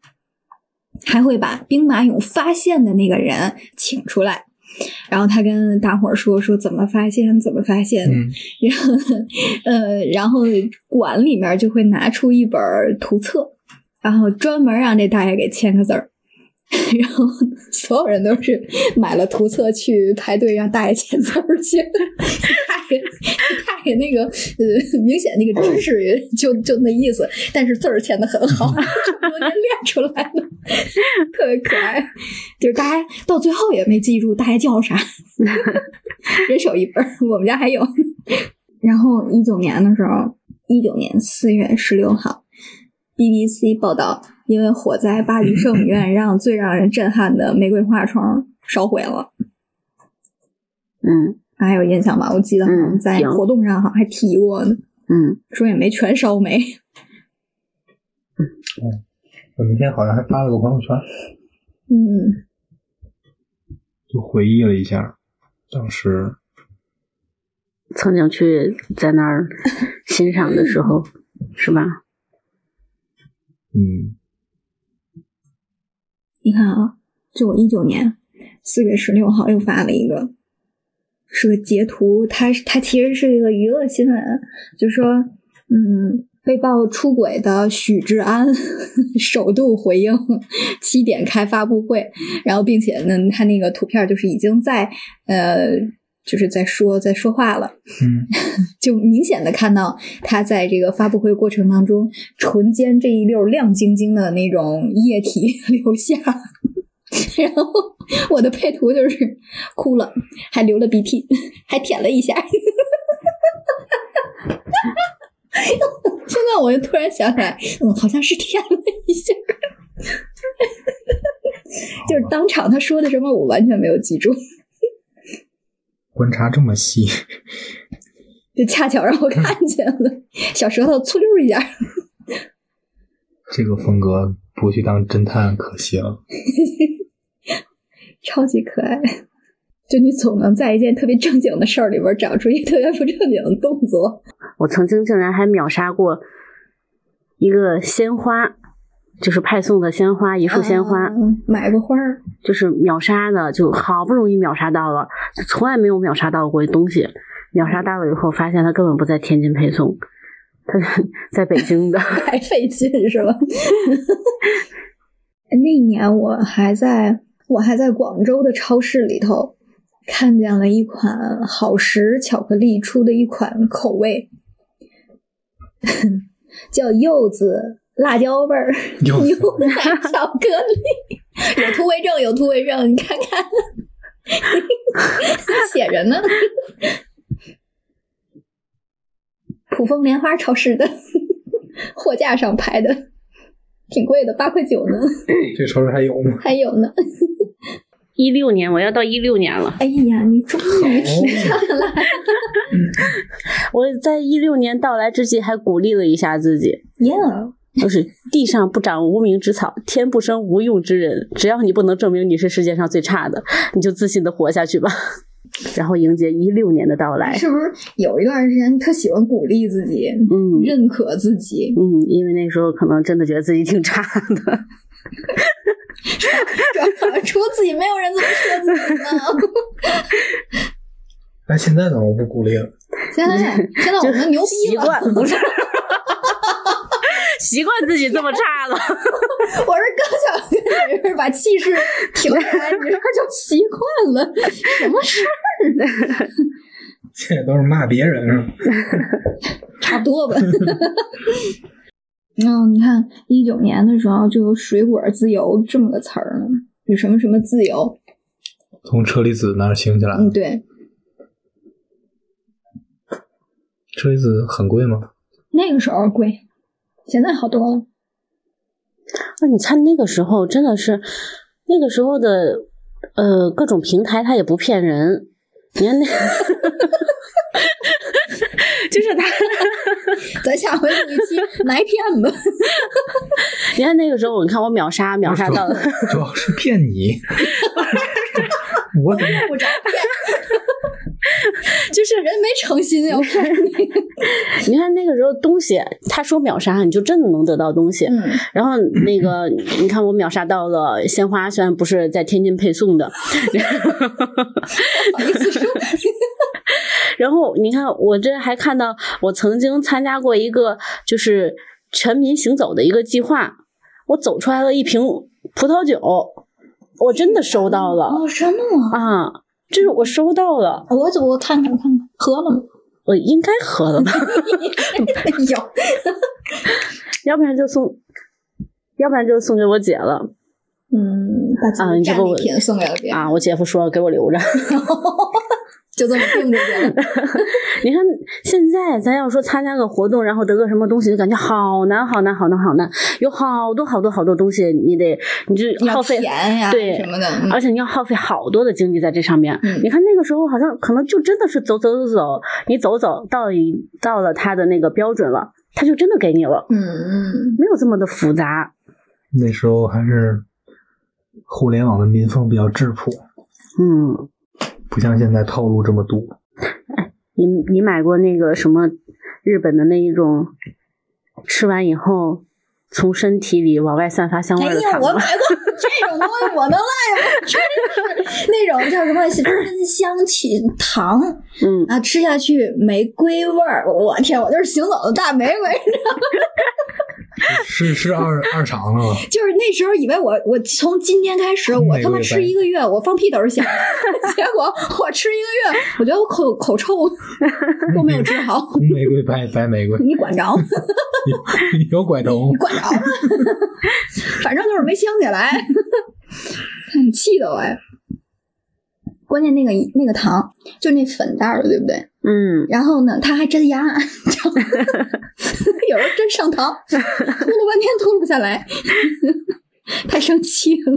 D: 还会把兵马俑发现的那个人请出来。然后他跟大伙儿说说怎么发现，怎么发现，
C: 嗯，
D: 然后，呃，然后馆里面就会拿出一本图册，然后专门让这大爷给签个字儿。 然后所有人都是买了图册去排队让大爷签字儿去， 大爷大爷那个呃，明显那个知识也就就那意思，但是字儿签的很好，这么多年练出来的，特别可爱。就是大家到最后也没记住大爷叫啥， 人手一本儿，我们家还有。然后一九年的时候，一九年四月十六号，BBC 报道，因为火灾，巴黎圣母 院让最让人震撼的玫瑰花窗烧毁了。
A: 嗯
D: 还有印象吧？我记得好像
A: 嗯
D: 在
A: 有
D: 活动上好像还提过呢，
A: 嗯，
D: 说也没全烧没。
C: 我那天好像还发了个朋友圈，
D: 嗯，
C: 就回忆了一下当时
A: 曾经去在那儿欣赏的时候，是吧？
C: 嗯，
D: 你看啊，就我一九年四月十六号又发了一个，是个截图，它是它其实是一个娱乐新闻，就说嗯，被曝出轨的许志安 首度回应七点开发布会，然后并且呢，他那个图片就是已经在呃，就是在说在说话了。
C: 嗯，
D: 就明显的看到他在这个发布会过程当中，唇间这一溜亮晶晶的那种液体流下，然后我的配图就是哭了，还流了鼻涕， 还舔了一下。现在我就突然想起来，嗯，好像是舔了一下， 就是当场他说的什么，我完全没有记住。
C: 观察这么细，
D: 就恰巧让我看见了，小舌头粗溜一下，
C: 这个风格不去当侦探可惜了。
D: 超级可爱。就你总能在一件特别正经的事儿里边找出一特别不正经的动作，
A: 我曾经竟然还秒杀过一个鲜花，就是派送的鲜花，一束鲜花。
D: 啊买个花儿，
A: 就是秒杀的，就好不容易秒杀到了，就从来没有秒杀到过东西。秒杀到了以后，发现他根本不在天津配送，他 是在北京的。
D: 太费劲是吧？ 那一年我还在我还在广州的超市里头看见了一款好时巧克力出的一款口味， 叫柚子辣椒味儿
C: 柚子
D: 牛奶巧克力， 有图为证，有图为证，你看看， 写着呢。 普丰莲花超市的货架上拍的，挺贵的，八块九呢，
C: 这超市还有吗？
D: 还有呢。
A: 一六年，我要到一六年了。
D: 哎呀，你终于
A: 哦
D: 提
C: 哦
D: 上来了，
A: 我在一六年到来之际，还鼓励了一下自己，
D: yeah，
A: 就是地上不长无名之草，天不生无用之人。只要你不能证明你是世界上最差的，你就自信的活下去吧。 然后迎接一六年的到来。
D: 是不是有一段时间特喜欢鼓励自己，
A: 嗯
D: 认可自己，
A: 嗯，因为那时候可能真的觉得自己挺差的。
D: 主要除了自己，没有人这么说自己呢。
C: 但现在呢，我不鼓励了。
D: 现在现在我们牛逼
A: 嗯习
D: 了，
A: 惯不是。习惯自己这么差了，
D: 我是刚想跟你是把气势停下来，你这就习惯了，什么事儿
C: 这也都是骂别人是吧？
D: 差不 多吧。嗯，你看一九年的时候就有“水果自由”这么个词儿呢，有什么什么自由？
C: 从车厘子那儿兴
A: 啊
C: 起来
D: 嗯，对，
C: 车厘子很贵吗？
D: 那个时候贵，现在好多了。
A: 那你看那个时候真的是，那个时候的呃各种平台它也不骗人，你看那，就是它，
D: 咱下回录一 期来骗吧。
A: 你看那个时候，你看我秒杀秒杀 到，
C: 主要是骗 你。我怎么
A: 就是
D: 人没诚心要骗你。
A: 你看那个时候东西，他说秒杀，你就真的能得到东西。
D: 嗯，
A: 然后那个，你看我秒杀到了鲜花，虽然不是在天津配送的，
D: 不好意思说，
A: 然后你看我这还看到我曾经参加过一个就是全民行走的一个计划，我走出来了一瓶葡萄酒，我真的收到了
D: 哦，真的吗？
A: 啊，这是我收到了，
D: 我走，我看看看看，喝 了吗？
A: 我应该喝了吧， 哎
D: 有，
A: 要不然就送，要不然就送给我姐了。
D: 嗯，把自
A: 啊
D: 己
A: 你这
D: 战
A: 个
D: 利
A: 我
D: 品送给了别人，
A: 啊，我姐夫说给我留着。
D: 就这么定着去了。
A: 你看现在咱要说参加个活动，然后得个什么东西，就感觉好难好难好难好难，有好多好多好多东西，你得你就
D: 要
A: 耗费
D: 甜。呀，
A: 对啊
D: 什么的，嗯
A: 而且你要耗费好多的精力在这上面。
D: 嗯
A: 你看那个时候好像可能就真的是走走走走，你走走到一到了他的那个标准了，他就真的给你了，
D: 嗯，
A: 没有这么的复杂。
C: 那时候还是互联网的民风比较质朴，
A: 嗯，
C: 不像现在套路这么多。
A: 你你买过那个什么日本的那一种，吃完以后从身体里往外散发香
D: 哎
A: 味儿的
D: 呀，
A: 糖
D: 我
A: 吗？
D: 买过这种东西，我能赖吗？真是那种叫什么芬香起糖
A: 嗯，
D: 啊，吃下去玫瑰味儿，我天，我就是行走的大玫瑰。
C: 是是二二厂啊了吗？
D: 就是那时候以为我我从今天开始
C: 嗯
D: 我
C: 玫
D: 他妈
C: 瑰
D: 吃
C: 白
D: 一个月我放屁都是香的， 结果我吃一个月，我觉得我口口臭 都没有治好， ，
C: 红玫瑰、白白玫瑰
D: 你管着吗？
C: 有拐头
D: 你。管着吗？ 反正就是没香起来， 看气的我呀。关键那个那个糖就那粉袋儿的，对不对？
A: 嗯，
D: 然后呢，它还真压， 有时候真上糖，秃噜半天秃噜不下来， 太生气了。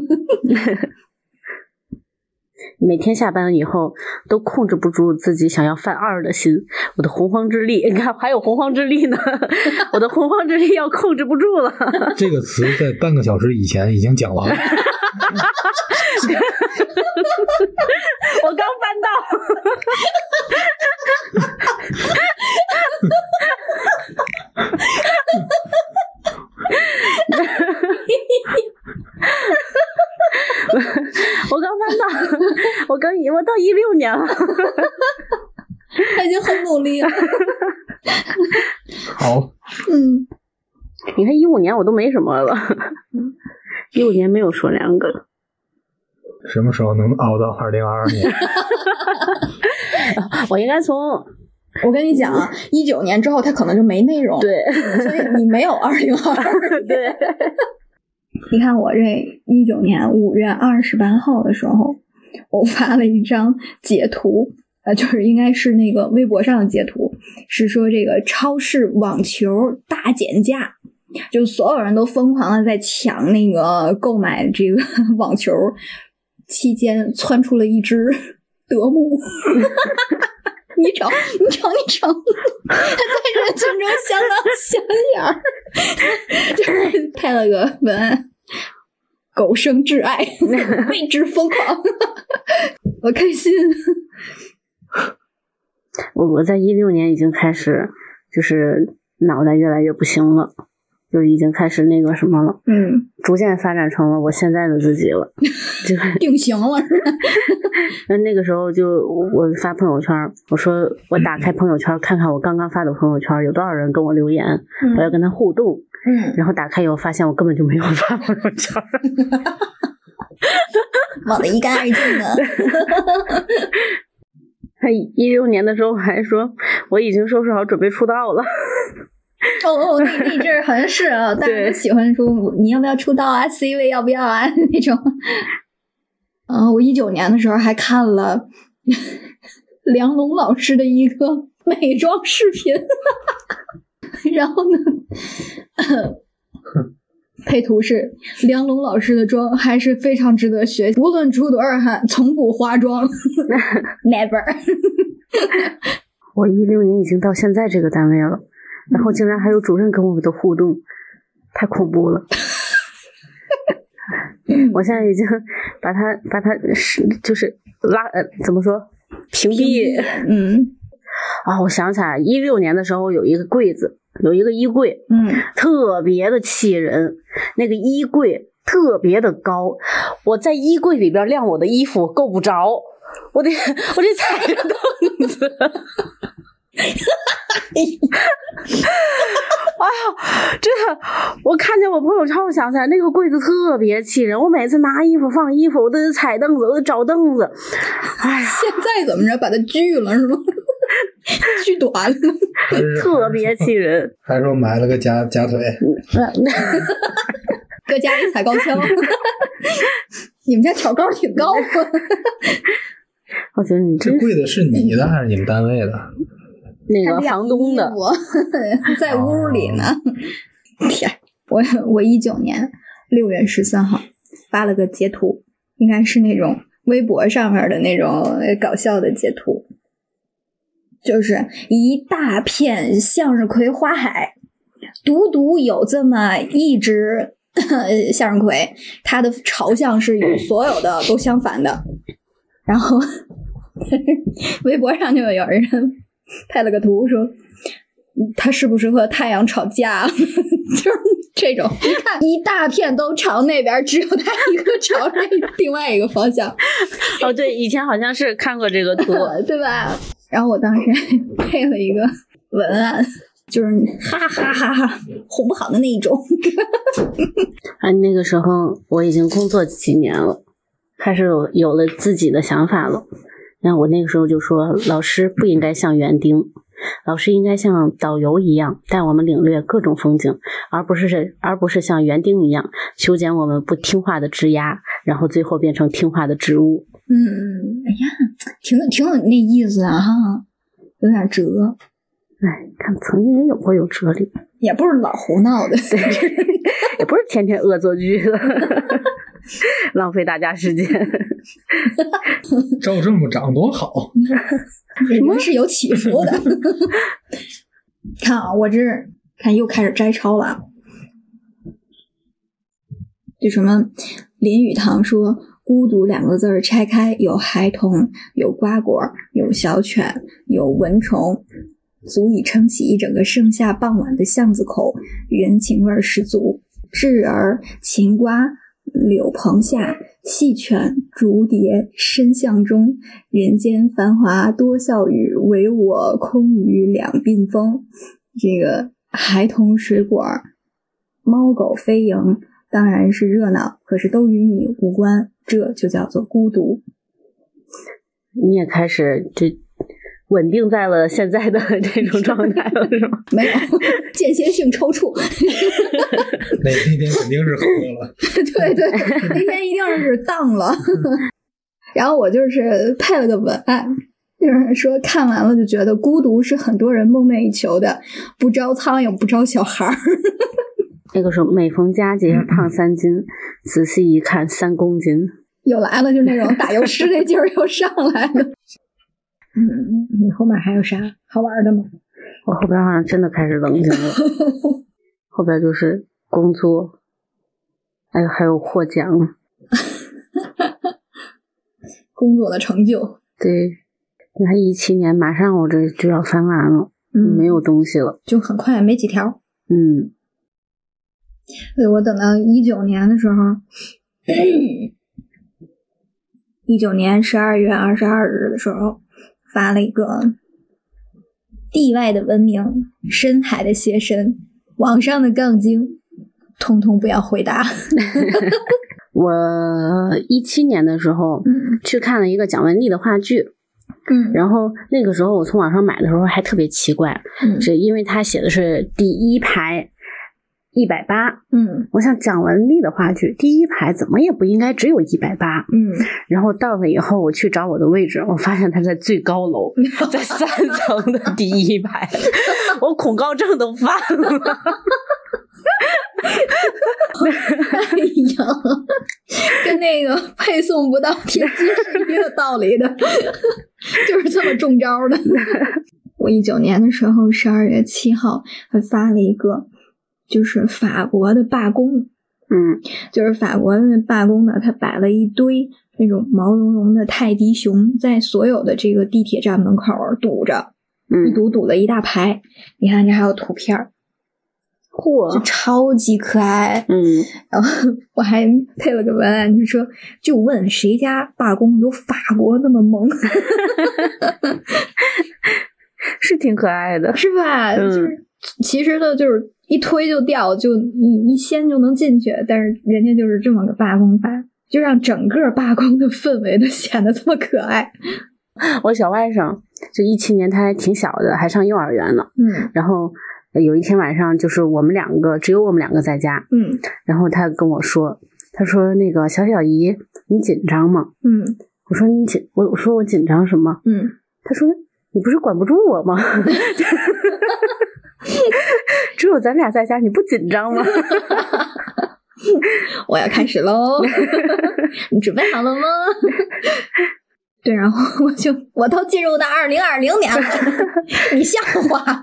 A: 每天下班以后都控制不住自己想要犯二的心，我的洪荒之力，你看还有洪荒之力呢， 我的洪荒之力要控制不住了。
C: 这个词在半个小时以前已经讲 完了。
A: 我刚翻到，我刚翻到，我刚一我到一六年了，
D: 他已经很努力了。
C: 好，
D: 嗯，
A: 你看一五年我都没什么了，一五年没有说两个，
C: 什么时候能熬到二零二二 年？
A: 我应该从
D: 我跟你讲啊，一九年之后他可能就没内容，，嗯
A: 对
D: 所以你没有二零二。
A: 对，
D: 你看我这一九年五月二十八号的时候，我发了一张截图，呃，就是应该是那个微博上的截图，是说这个超市网球大减价。就是所有人都疯狂的在抢那个购买这个 网球，期间窜出了一只德牧， 你瞅，你瞅，你瞅， 他在人群中相当显眼儿。 就是配了个文案：“狗生挚爱， 为之疯狂。” 我开心，
A: 我我在一六年已经开始就是脑袋越来越不行了，就已经开始那个什么了，
D: 嗯，
A: 逐渐发展成了我现在的自己 了。就是
D: 定型了是吧？
A: 那那个时候就我发朋友圈，我说我打开朋友圈看看我刚刚发的朋友圈有多少人跟我留言，我要跟他互动。
D: 嗯，
A: 然后打开以后发现我根本就没有发朋友圈，
D: 忘得一干二净了。
A: 他一六年的时候还说我已经收拾好准备出道了，
D: 哦哦，那那阵儿好像是啊，大家
A: 对
D: 都喜欢说你要不要出道啊，C 位要不要啊 那种。啊，我一九年的时候还看了 梁龙老师的一个美妆视频， 然后呢，配图是梁龙老师的妆还是非常值得学习，无论出多少汗，从不花妆 ，never。
A: 我一六年已经到现在这个单位了，然后竟然还有主任跟我的互动，太恐怖 了。我现在已经把他把他是就是拉呃怎么说屏蔽
D: 嗯
A: 啊！我想起来，一六年的时候有一个柜子，有一个衣柜，
D: 嗯，
A: 特别的气人，那个衣柜特别的高，我在衣柜里边晾我的衣服够不着，我得我得踩着凳子。哎呀，真的！我看见我朋友圈，我想起来那个柜子特别气人。我每次拿衣服放衣服，我都得踩凳子，我得找凳子。哎呀，
D: 现在怎么着把它锯了是吗？ 锯短了，
C: 还是
A: 特别嗯气 人。
C: 还是说埋了个假假腿，
D: 搁家里踩高跷。 你们家挑高挺高啊，
A: 我觉得你
C: 这
A: 真是
C: 柜子是你的还是你们单位的？
A: 那个房东的，
D: 我 在屋里呢。天，我我一九年六月十三号发了个截图，应该是那种微博上面的那种呃搞笑的截图，就是一大片向日葵花海，独独有这么一只 向日葵，它的朝向是与所有的都相反的。然后 微博上就有人拍了个图说。它适不适合太阳吵架？啊 就是这种，一看一大片都朝那边，只有它一个朝那另外一个方向。
A: 哦，对，以前好像是看过这个图，
D: 对吧？然后我当时还配了一个文案，就是哈哈哈哈哄不好的那一种。
A: 啊，那个时候我已经工作几年了，开始有有了自己的想法了。那我那个时候就说，老师不应该像园丁，老师应该像导游一样带我们领略各种风景，而不是而不是像园丁一样修剪我们不听话的枝桠，然后最后变成听话的植物。
D: 嗯嗯，哎呀，挺有挺有那意思啊哈，有点折，
A: 哎，看曾经也有过有哲理，
D: 也不是老胡闹的。
A: 也不是天天恶作剧的， 浪费大家时间。
C: 照这么长多好，
D: 人们是有起伏的。 看啊，我这看又开始摘抄了啊，就什么林语堂说“孤独”两个字儿拆开，有孩童，有瓜果，有小犬，有蚊虫。足以撑起一整个盛夏傍晚的巷子口，人情味儿十足。稚儿、芹瓜、柳棚下，细犬逐蝶深巷中，人间繁华多笑语，唯我空余两鬓风。这个孩童水果，猫狗飞迎，当然是热闹，可是都与你无关，这就叫做孤独。
A: 你也开始就稳定在了现在的这 种状态了，是吗？
D: 没有 间歇性抽搐，
C: 那那天肯定是喝了，
D: 对对，那天一定是当了。然后我就是配了个文案，就是说看完了就觉得孤独是很多人梦寐以求的，不招苍蝇不招小孩儿。
A: 那个时候每逢佳节胖三斤，仔细一看三公斤。
D: 又来了，就那种打油诗那劲儿又上来了。 嗯，你后面还有啥好玩的吗？
A: 我后边好像真的开始冷静 了，后边就是工作，还有还有获奖，
D: 工作的成就，
A: 对。你看一七年马上我这就要翻完了，
D: 嗯
A: 没有东西了，
D: 就很快，没几条。
A: 嗯，
D: 对我等到一九年的时候，一九年十二月二十二日的时候，发了一个地外的文明，深海的邪神，网上的杠精，通通不要回答。
A: 我一七年的时候
D: 嗯
A: 去看了一个蒋雯丽的话剧，
D: 嗯
A: 然后那个时候我从网上买的时候还特别奇怪，
D: 嗯
A: 是因为他写的是第一排一百八，
D: 嗯
A: 我想蒋雯丽的话剧第一排怎么也不应该只有一百八，
D: 嗯，
A: 然后到了以后我去找我的位置，我发现他在最高 楼，在三层的第一排， 我恐高症都犯了。
D: 哎呀， 跟那个配送不到贴机是一个道理的， 就是这么中招的。 我一九年的时候，十二月七号还发了一个，就是法国的罢工，
A: 嗯
D: 就是法国的罢工呢，他摆了一堆那种毛茸茸的泰迪熊在所有的这个地铁站门口儿堵着，一
A: 嗯，
D: 堵堵了一大排。你看这还有图片儿，
A: 嚯，
D: 超级可爱。
A: 嗯
D: 然后 我还配了个文案，就说就问谁家罢工有法国那么萌，
A: 是挺可爱的。
D: 是吧？
A: 嗯
D: 就是其实呢，就是一推就掉，就一一掀就能进去，但是人家就是这么个罢工法，就让整个罢工的氛围都显得这么可爱。
A: 我小外甥就一七年，他还挺小的，还上幼儿园呢。
D: 嗯
A: 然后呃有一天晚上，就是我们两个，只有我们两个在家。
D: 嗯
A: 然后他跟我说，他说那个小小姨，你紧张吗？
D: 嗯
A: 我说你紧，我我说我紧张什么？
D: 嗯，
A: 他说你不是管不住我吗？ 只有咱俩在家，你不紧张吗？
D: 我要开始喽，你准备好了吗？ 对，然后我就我都进入到二零二零年了， 你像话吗？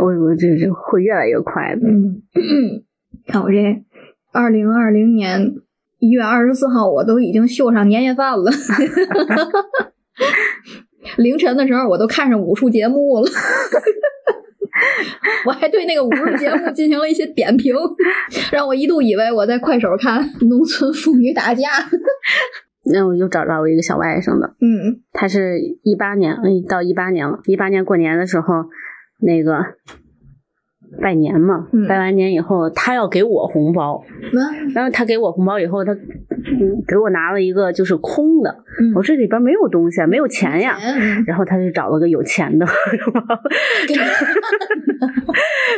A: 我我这这会越来越快的。
D: 嗯， 看我这二零二零年一月二十四号，我都已经秀上年夜饭了。 凌晨的时候，我都看上武术节目了。 我还对那个武术节目进行了一些点评， 让我一度以为我在快手看农村妇女打架。
A: 那我又找到我一个小外甥的，
D: 嗯
A: 他是一八年，嗯，到一八年了。一八年过年的时候，那个拜年嘛，
D: 嗯
A: 拜完年以后，他要给我红包，
D: 嗯
A: 然后他给我红包以后，他嗯给我拿了一个就是空的，我说这里边没有东西，啊，没有钱呀。
D: 嗯，
A: 然后他就找了个有钱的，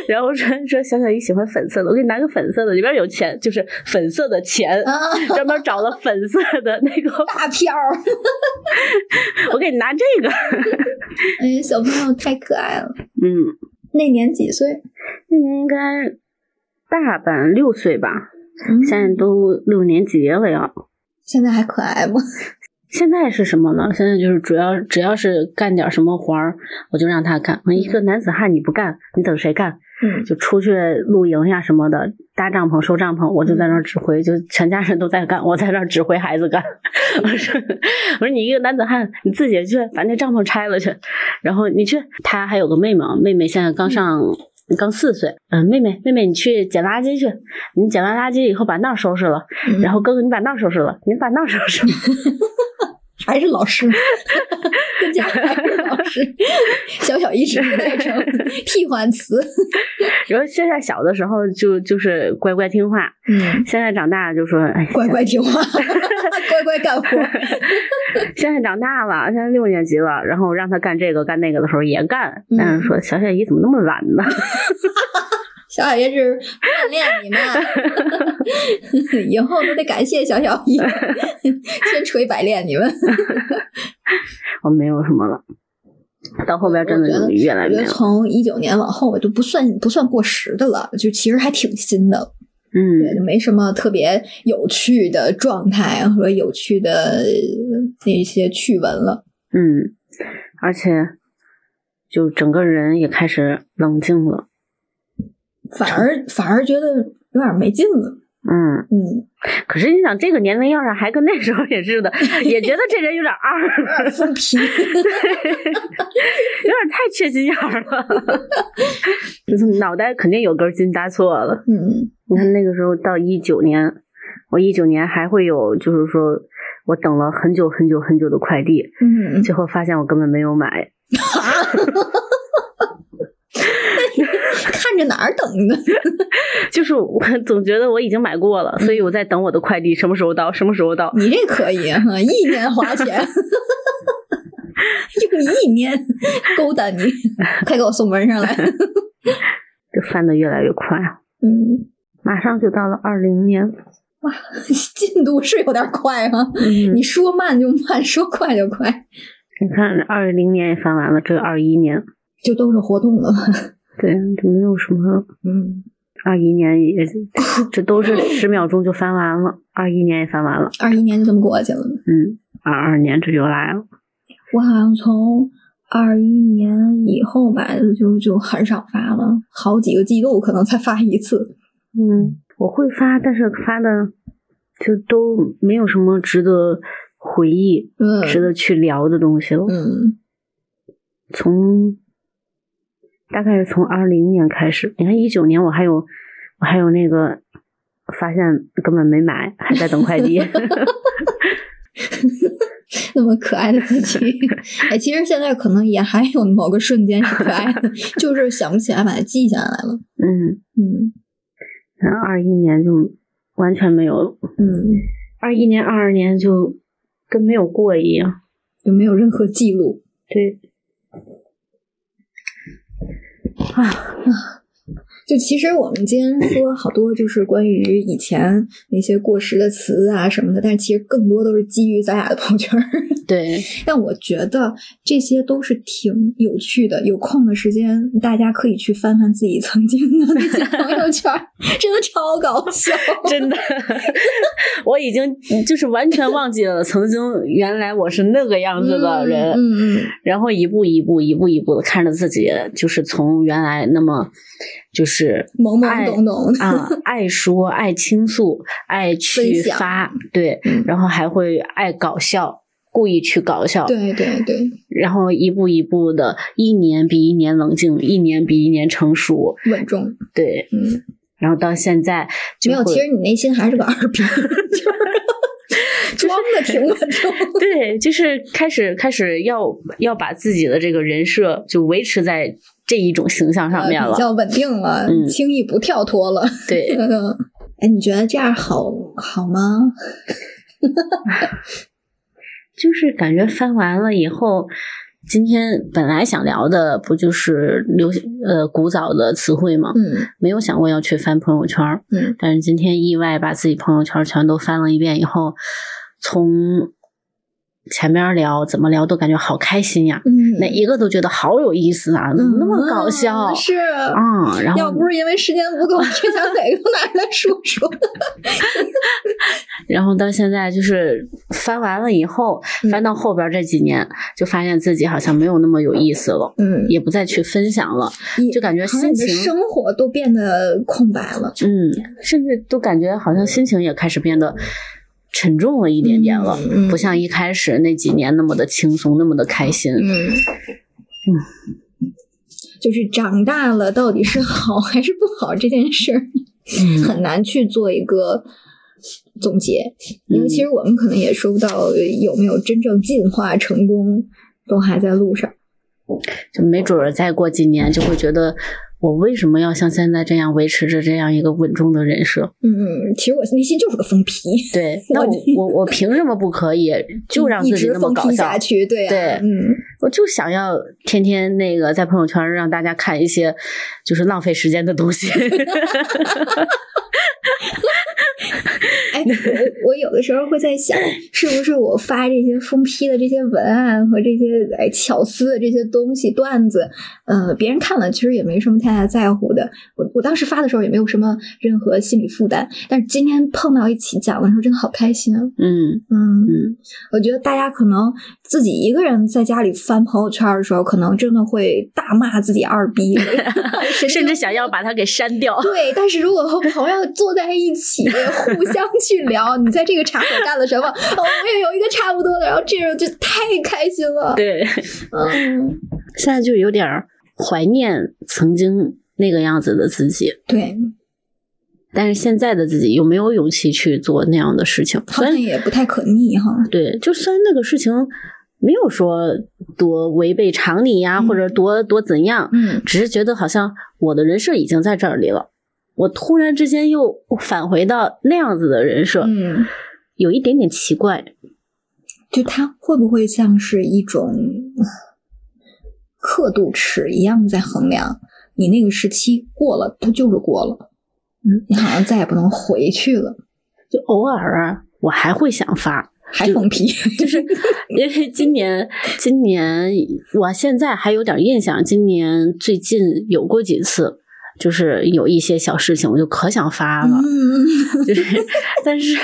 A: 然后说说小小姨喜欢粉色的，我给你拿个粉色的，里边有钱，就是粉色的 钱，
D: 啊，
A: 专门找了粉色的那个，
D: 大票儿，
A: 我给你拿这个，
D: 哎呀，小朋友太可爱了。
A: 嗯。
D: 那年几岁？
A: 那年嗯应该大半六岁吧，
D: 嗯
A: 现在都六年级了要。
D: 现在还可爱吗？
A: 现在是什么呢？现在就是主要只要是干点什么活儿，我就让他干。一个男子汉你不干，你等谁干？
D: 嗯
A: 就出去露营呀什么的，搭帐篷、收帐篷，我就在那儿指挥，就全家人都在干，我在那儿指挥孩子干。 我说，我说你一个男子汉，你自己去把那帐篷拆了去，然后你去。他还有个妹妹，啊，妹妹现在刚上。刚四岁，嗯，妹妹，妹妹，你去捡垃圾去。你捡完垃圾以后，把那儿收拾了。
D: 嗯
A: 然后哥哥，你把那儿收拾了。你把那儿收拾了。
D: 还是老 师，跟家还是老师，小小一直代成替换词。
A: 然后现在小的时候就就是乖乖听话，
D: 嗯，
A: 现在长大了就说，哎，
D: 乖乖听话， 乖乖 干活。
A: 现在长大了，现在六年级了，然后让他干这个干那个的时候也干，
D: 嗯
A: 但是说小小姨怎么那么懒呢？
D: 小小爷是锻炼你 们，以后都得感谢小小 一，千锤百炼你们。
A: 我没有什么了，到后边真的就越来
D: 我
A: 越没
D: 觉得
A: 有。
D: 从一九年往后，我就不算不算过时的了，就其实还挺新的。对，
A: 嗯
D: 就没什么特别有趣的状态和有趣的呃那些趣闻了。
A: 嗯，而且就整个人也开始冷静了。
D: 反而反而觉得有点没劲了。
A: 嗯，
D: 嗯，
A: 可是你想，这个年龄要是还跟那时候也似的， 也觉得这人有点二，有
D: 有点分皮。
A: 点太 缺心眼儿了，脑袋肯定有根筋搭错了。
D: 嗯，
A: 你看那个时候到一九年，我一九年还会有，就是说我等了很久很久很久的快递，
D: 嗯，
A: 最后发现我根本没有买，
D: 看着哪儿等的？
A: 就是我 总觉得我已经买过了，所以我在等我的快递什么时候到，什么时候到。
D: 你这可以哈，意念花钱， 用意念勾搭你， 快给我送门上来。
A: 就翻的越来越快，
D: 嗯，
A: 马上就到了二零年。
D: 进度是有点快哈、
A: 嗯
D: 你说慢就慢，说快就快，
A: 你看，二零年也翻完了，这二一年，
D: 就都是活动了。
A: 对，就没有什么。
D: 嗯，
A: 二一年也， 这都是十秒钟就翻完了，二一年也翻完了，
D: 二一年就这么过去了。
A: 嗯，二二年这就来了，
D: 我好像从二一年以后吧，就就很少发了，好几个季度可能才发一次。
A: 嗯，我会发，但是发的就都没有什么值得回忆、
D: 嗯
A: 值得去聊的东西了，
D: 嗯，
A: 从大概是从二零年开始，你看一九年我还有我还有那个发现根本没买，还在等快 递，
D: 那么可爱的自己，哎，其实现在可能也还有某个瞬间是可爱的， 就是想不起来把它记下来了。
A: 嗯，
D: 嗯
A: 然后二一年就完全没有了，
D: 嗯，
A: 二一年、二二年就跟没有过一样，
D: 就没有任何记录。
A: 对，
D: 就其实我们今天说好多就是关于以前那些过时的词啊什么的，但其实更多都是基于咱俩的朋友圈儿。
A: 对，
D: 但我觉得这些都是挺有趣的，有空的时间大家可以去翻翻自己 曾经的那些朋友圈儿， 真的超搞笑。
A: 真的， 我已经就是完全忘记了曾经原来我是那个样子的人，
D: 嗯嗯
A: 然后一步一步、一步一步的看着自己，就是从原来那么就是
D: 懵懵懂懂，
A: 啊、爱说、爱倾诉、爱去
D: 分享嗯
A: 发，对，然后还会爱搞笑，故意去搞笑，
D: 对对对，
A: 然后一步一步的，一年比一年冷静，一年比一年成熟，
D: 稳重。
A: 对，
D: 嗯，
A: 然后到现在就
D: 没有，
A: 会
D: 其实你内心还是个二逼， 就是装的挺稳重。
A: 对，就是开始开始要要把自己的这个人设就维持在这一种形象 上面
D: 呃
A: 了
D: 比。较稳定了，
A: 嗯
D: 轻易不跳脱了。
A: 对，
D: 嗯，哎，你觉得这样好好吗？
A: 就是感觉翻完了以后，今天本来想聊的不就是流行呃古早的词汇吗？
D: 嗯
A: 没有想过要去翻朋友圈儿，
D: 嗯
A: 但是今天意外把自己朋友圈全都翻了一遍以后，从前面聊怎么聊都感觉好开心呀，
D: 嗯
A: 哪一个都觉得好有意思啊，怎么那么搞笑
D: 嗯是
A: 啊、然后
D: 要不是因为时间不够，我真想哪个拿出来说说。
A: 然后到现在就是翻完了以后，
D: 嗯
A: 翻到后边这几年，就发现自己好像没有那么有意思了，
D: 嗯，
A: 也不再去分享了，就感觉
D: 好像
A: 心
D: 你的
A: 情，
D: 生活都变得空白了，
A: 嗯，甚至都感觉好像心情也开始变得沉重了一点点了，
D: 嗯嗯
A: 不像一开始那几年那么的轻松，那么的开心。
D: 嗯嗯，就是长大了到底是好还是不好这件事儿，
A: 嗯
D: 很难去做一个总结，
A: 嗯
D: 因为其实我们可能也说不到有没有真正进化成功，都还在路上。
A: 就没准儿再过几年就会觉得，我为什么要像现在这样维持着这样一个稳重的人设？
D: 嗯，其实我内心就是个疯批，
A: 对，那
D: 我
A: 我我我凭什么不可以？就让
D: 一
A: 自己
D: 直
A: 那么
D: 疯
A: 搞
D: 批
A: 笑
D: 下去，对啊，
A: 对
D: 嗯。
A: 我就想要天天那个在朋友圈让大家看一些就是浪费时间的 东西。
D: 哎，我我有的时候会在想，是不是我发这些疯批的这些文案和这些哎巧思的这些东西段子，呃，别人看了其实也没什么太大在乎的。我我当时发的时候也没有什么任何心理负担，但是今天碰到一起讲的时候，真的好开心啊！
A: 嗯
D: 嗯，
A: 嗯，
D: 我觉得大家可能自己一个人在家里翻朋友圈的时候，可能真的会大骂自己二 逼，神经
A: 甚至想要把它给删掉。
D: 对，但是如果和朋友坐在一起， 互相去聊，你在这个场合干了什么？哦，我也有一个差不多的，然后这种就太开心了。
A: 对，
D: 嗯，
A: 现在就有点儿怀念曾经那个样子的自己。
D: 对，
A: 但是现在的自己有没有勇气去做那样的事情？
D: 好
A: 虽然
D: 像也不太可逆哈。
A: 对，就虽然那个事情没有说多违背常理呀，
D: 嗯
A: 或者多多怎样，
D: 嗯
A: 只是觉得好像我的人设已经在这里了，我突然之间又返回到那样子的人设，
D: 嗯，
A: 有一点点奇怪。
D: 就它会不会像是一种呃刻度尺一样在衡量你那个时期过了，它就是过了，嗯，你好像再也不能回去了，
A: 就偶尔啊，我还会想发，
D: 还放屁，就是
A: 因为今年今年我现在还有点印象，今年最近有过几次，就是有一些小事情，我就可想发 了，
D: 嗯，
A: 就是但是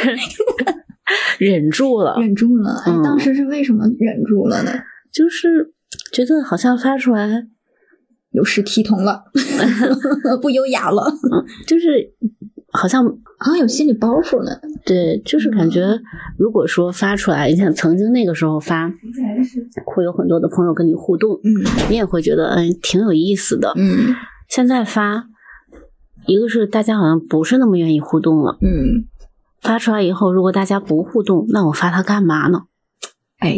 A: 忍住了，
D: 忍住了。哎
A: 嗯，
D: 当时是为什么忍住了呢？
A: 就是觉得好像发出来
D: 有失体统了， 不优雅了，
A: 就是好像
D: 好啊像有心理包袱呢。
A: 对，就是感
D: 嗯
A: 觉，如果说发出来，你想曾经那个时候发，会有很多的朋友跟你互动，
D: 嗯
A: 你也会觉得嗯挺有意思的。
D: 嗯
A: 现在发，一个是大家好像不是那么愿意互动了，
D: 嗯，
A: 发出来以后，如果大家不互动，那我发它干嘛呢？
D: 哎，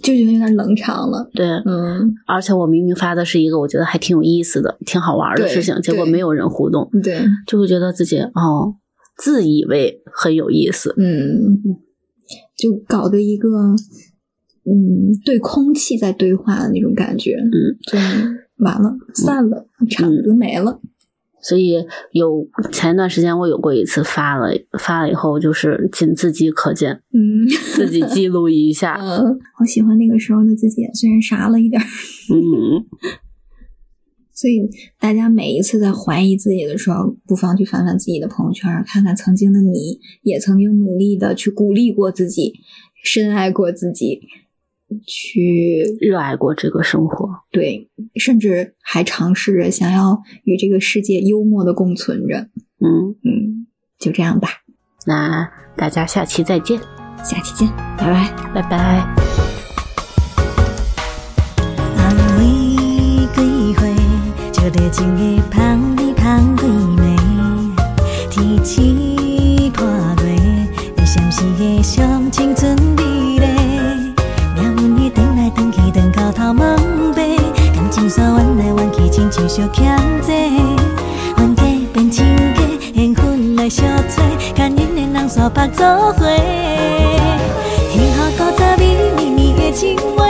D: 就觉得有点冷场了。
A: 对，
D: 嗯，
A: 而且我明明发的是一个我觉得还挺有意思的、挺好玩的
D: 对
A: 事情，结果
D: 对
A: 没有人互动，
D: 对，
A: 就会觉得自己哦自以为很有意思，
D: 嗯，就搞得一个嗯，对空气在对话的那种感觉。嗯，就完了，散了，场子没了。
A: 所以有前一段时间我有过一次发了发了以后，就是仅自己可见，
D: 嗯
A: 自己记录一 下。
D: 嗯，好喜欢那个时候的自己，虽然傻了一点儿。
A: 嗯，
D: 所以大家每一次在怀疑自己的时候，不妨去翻翻自己的朋友圈，看看曾经的你，也曾经努力的去鼓励过自己，深爱过自己，去
A: 热爱过这个生活。
D: 对，甚至还尝试着想要与这个世界幽默的共存着。
A: 嗯，
D: 嗯，就这样吧，
A: 那大家下期再见，
D: 下期见，拜拜。
A: 拜拜。
E: 红玫瑰花，照着情的香你香几暝。天星破月，你闪烁的像青春美丽。命运伊转来转去，转到头毛白，感情线弯来弯去，亲像小欠债。冤家变亲家，缘分来相找，牵引的人相拍做伙。幸福古早美绵绵的情话，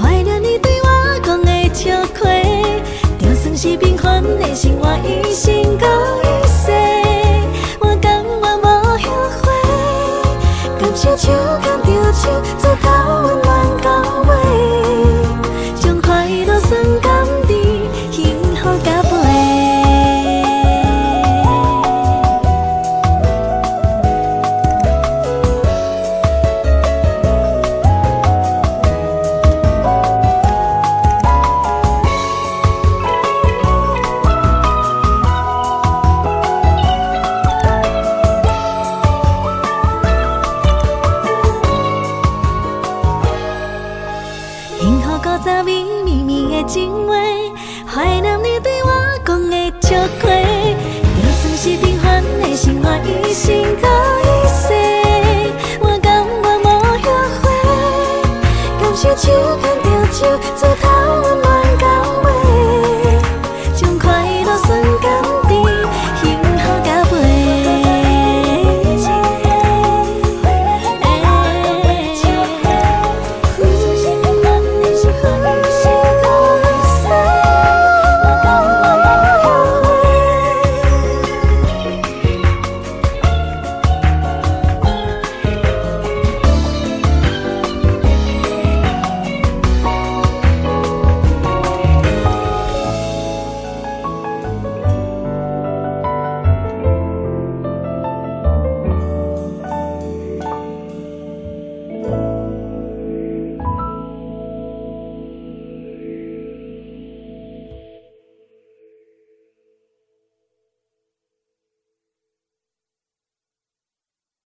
E: 怀念你对我讲的笑话，就算是平凡的生活，伊是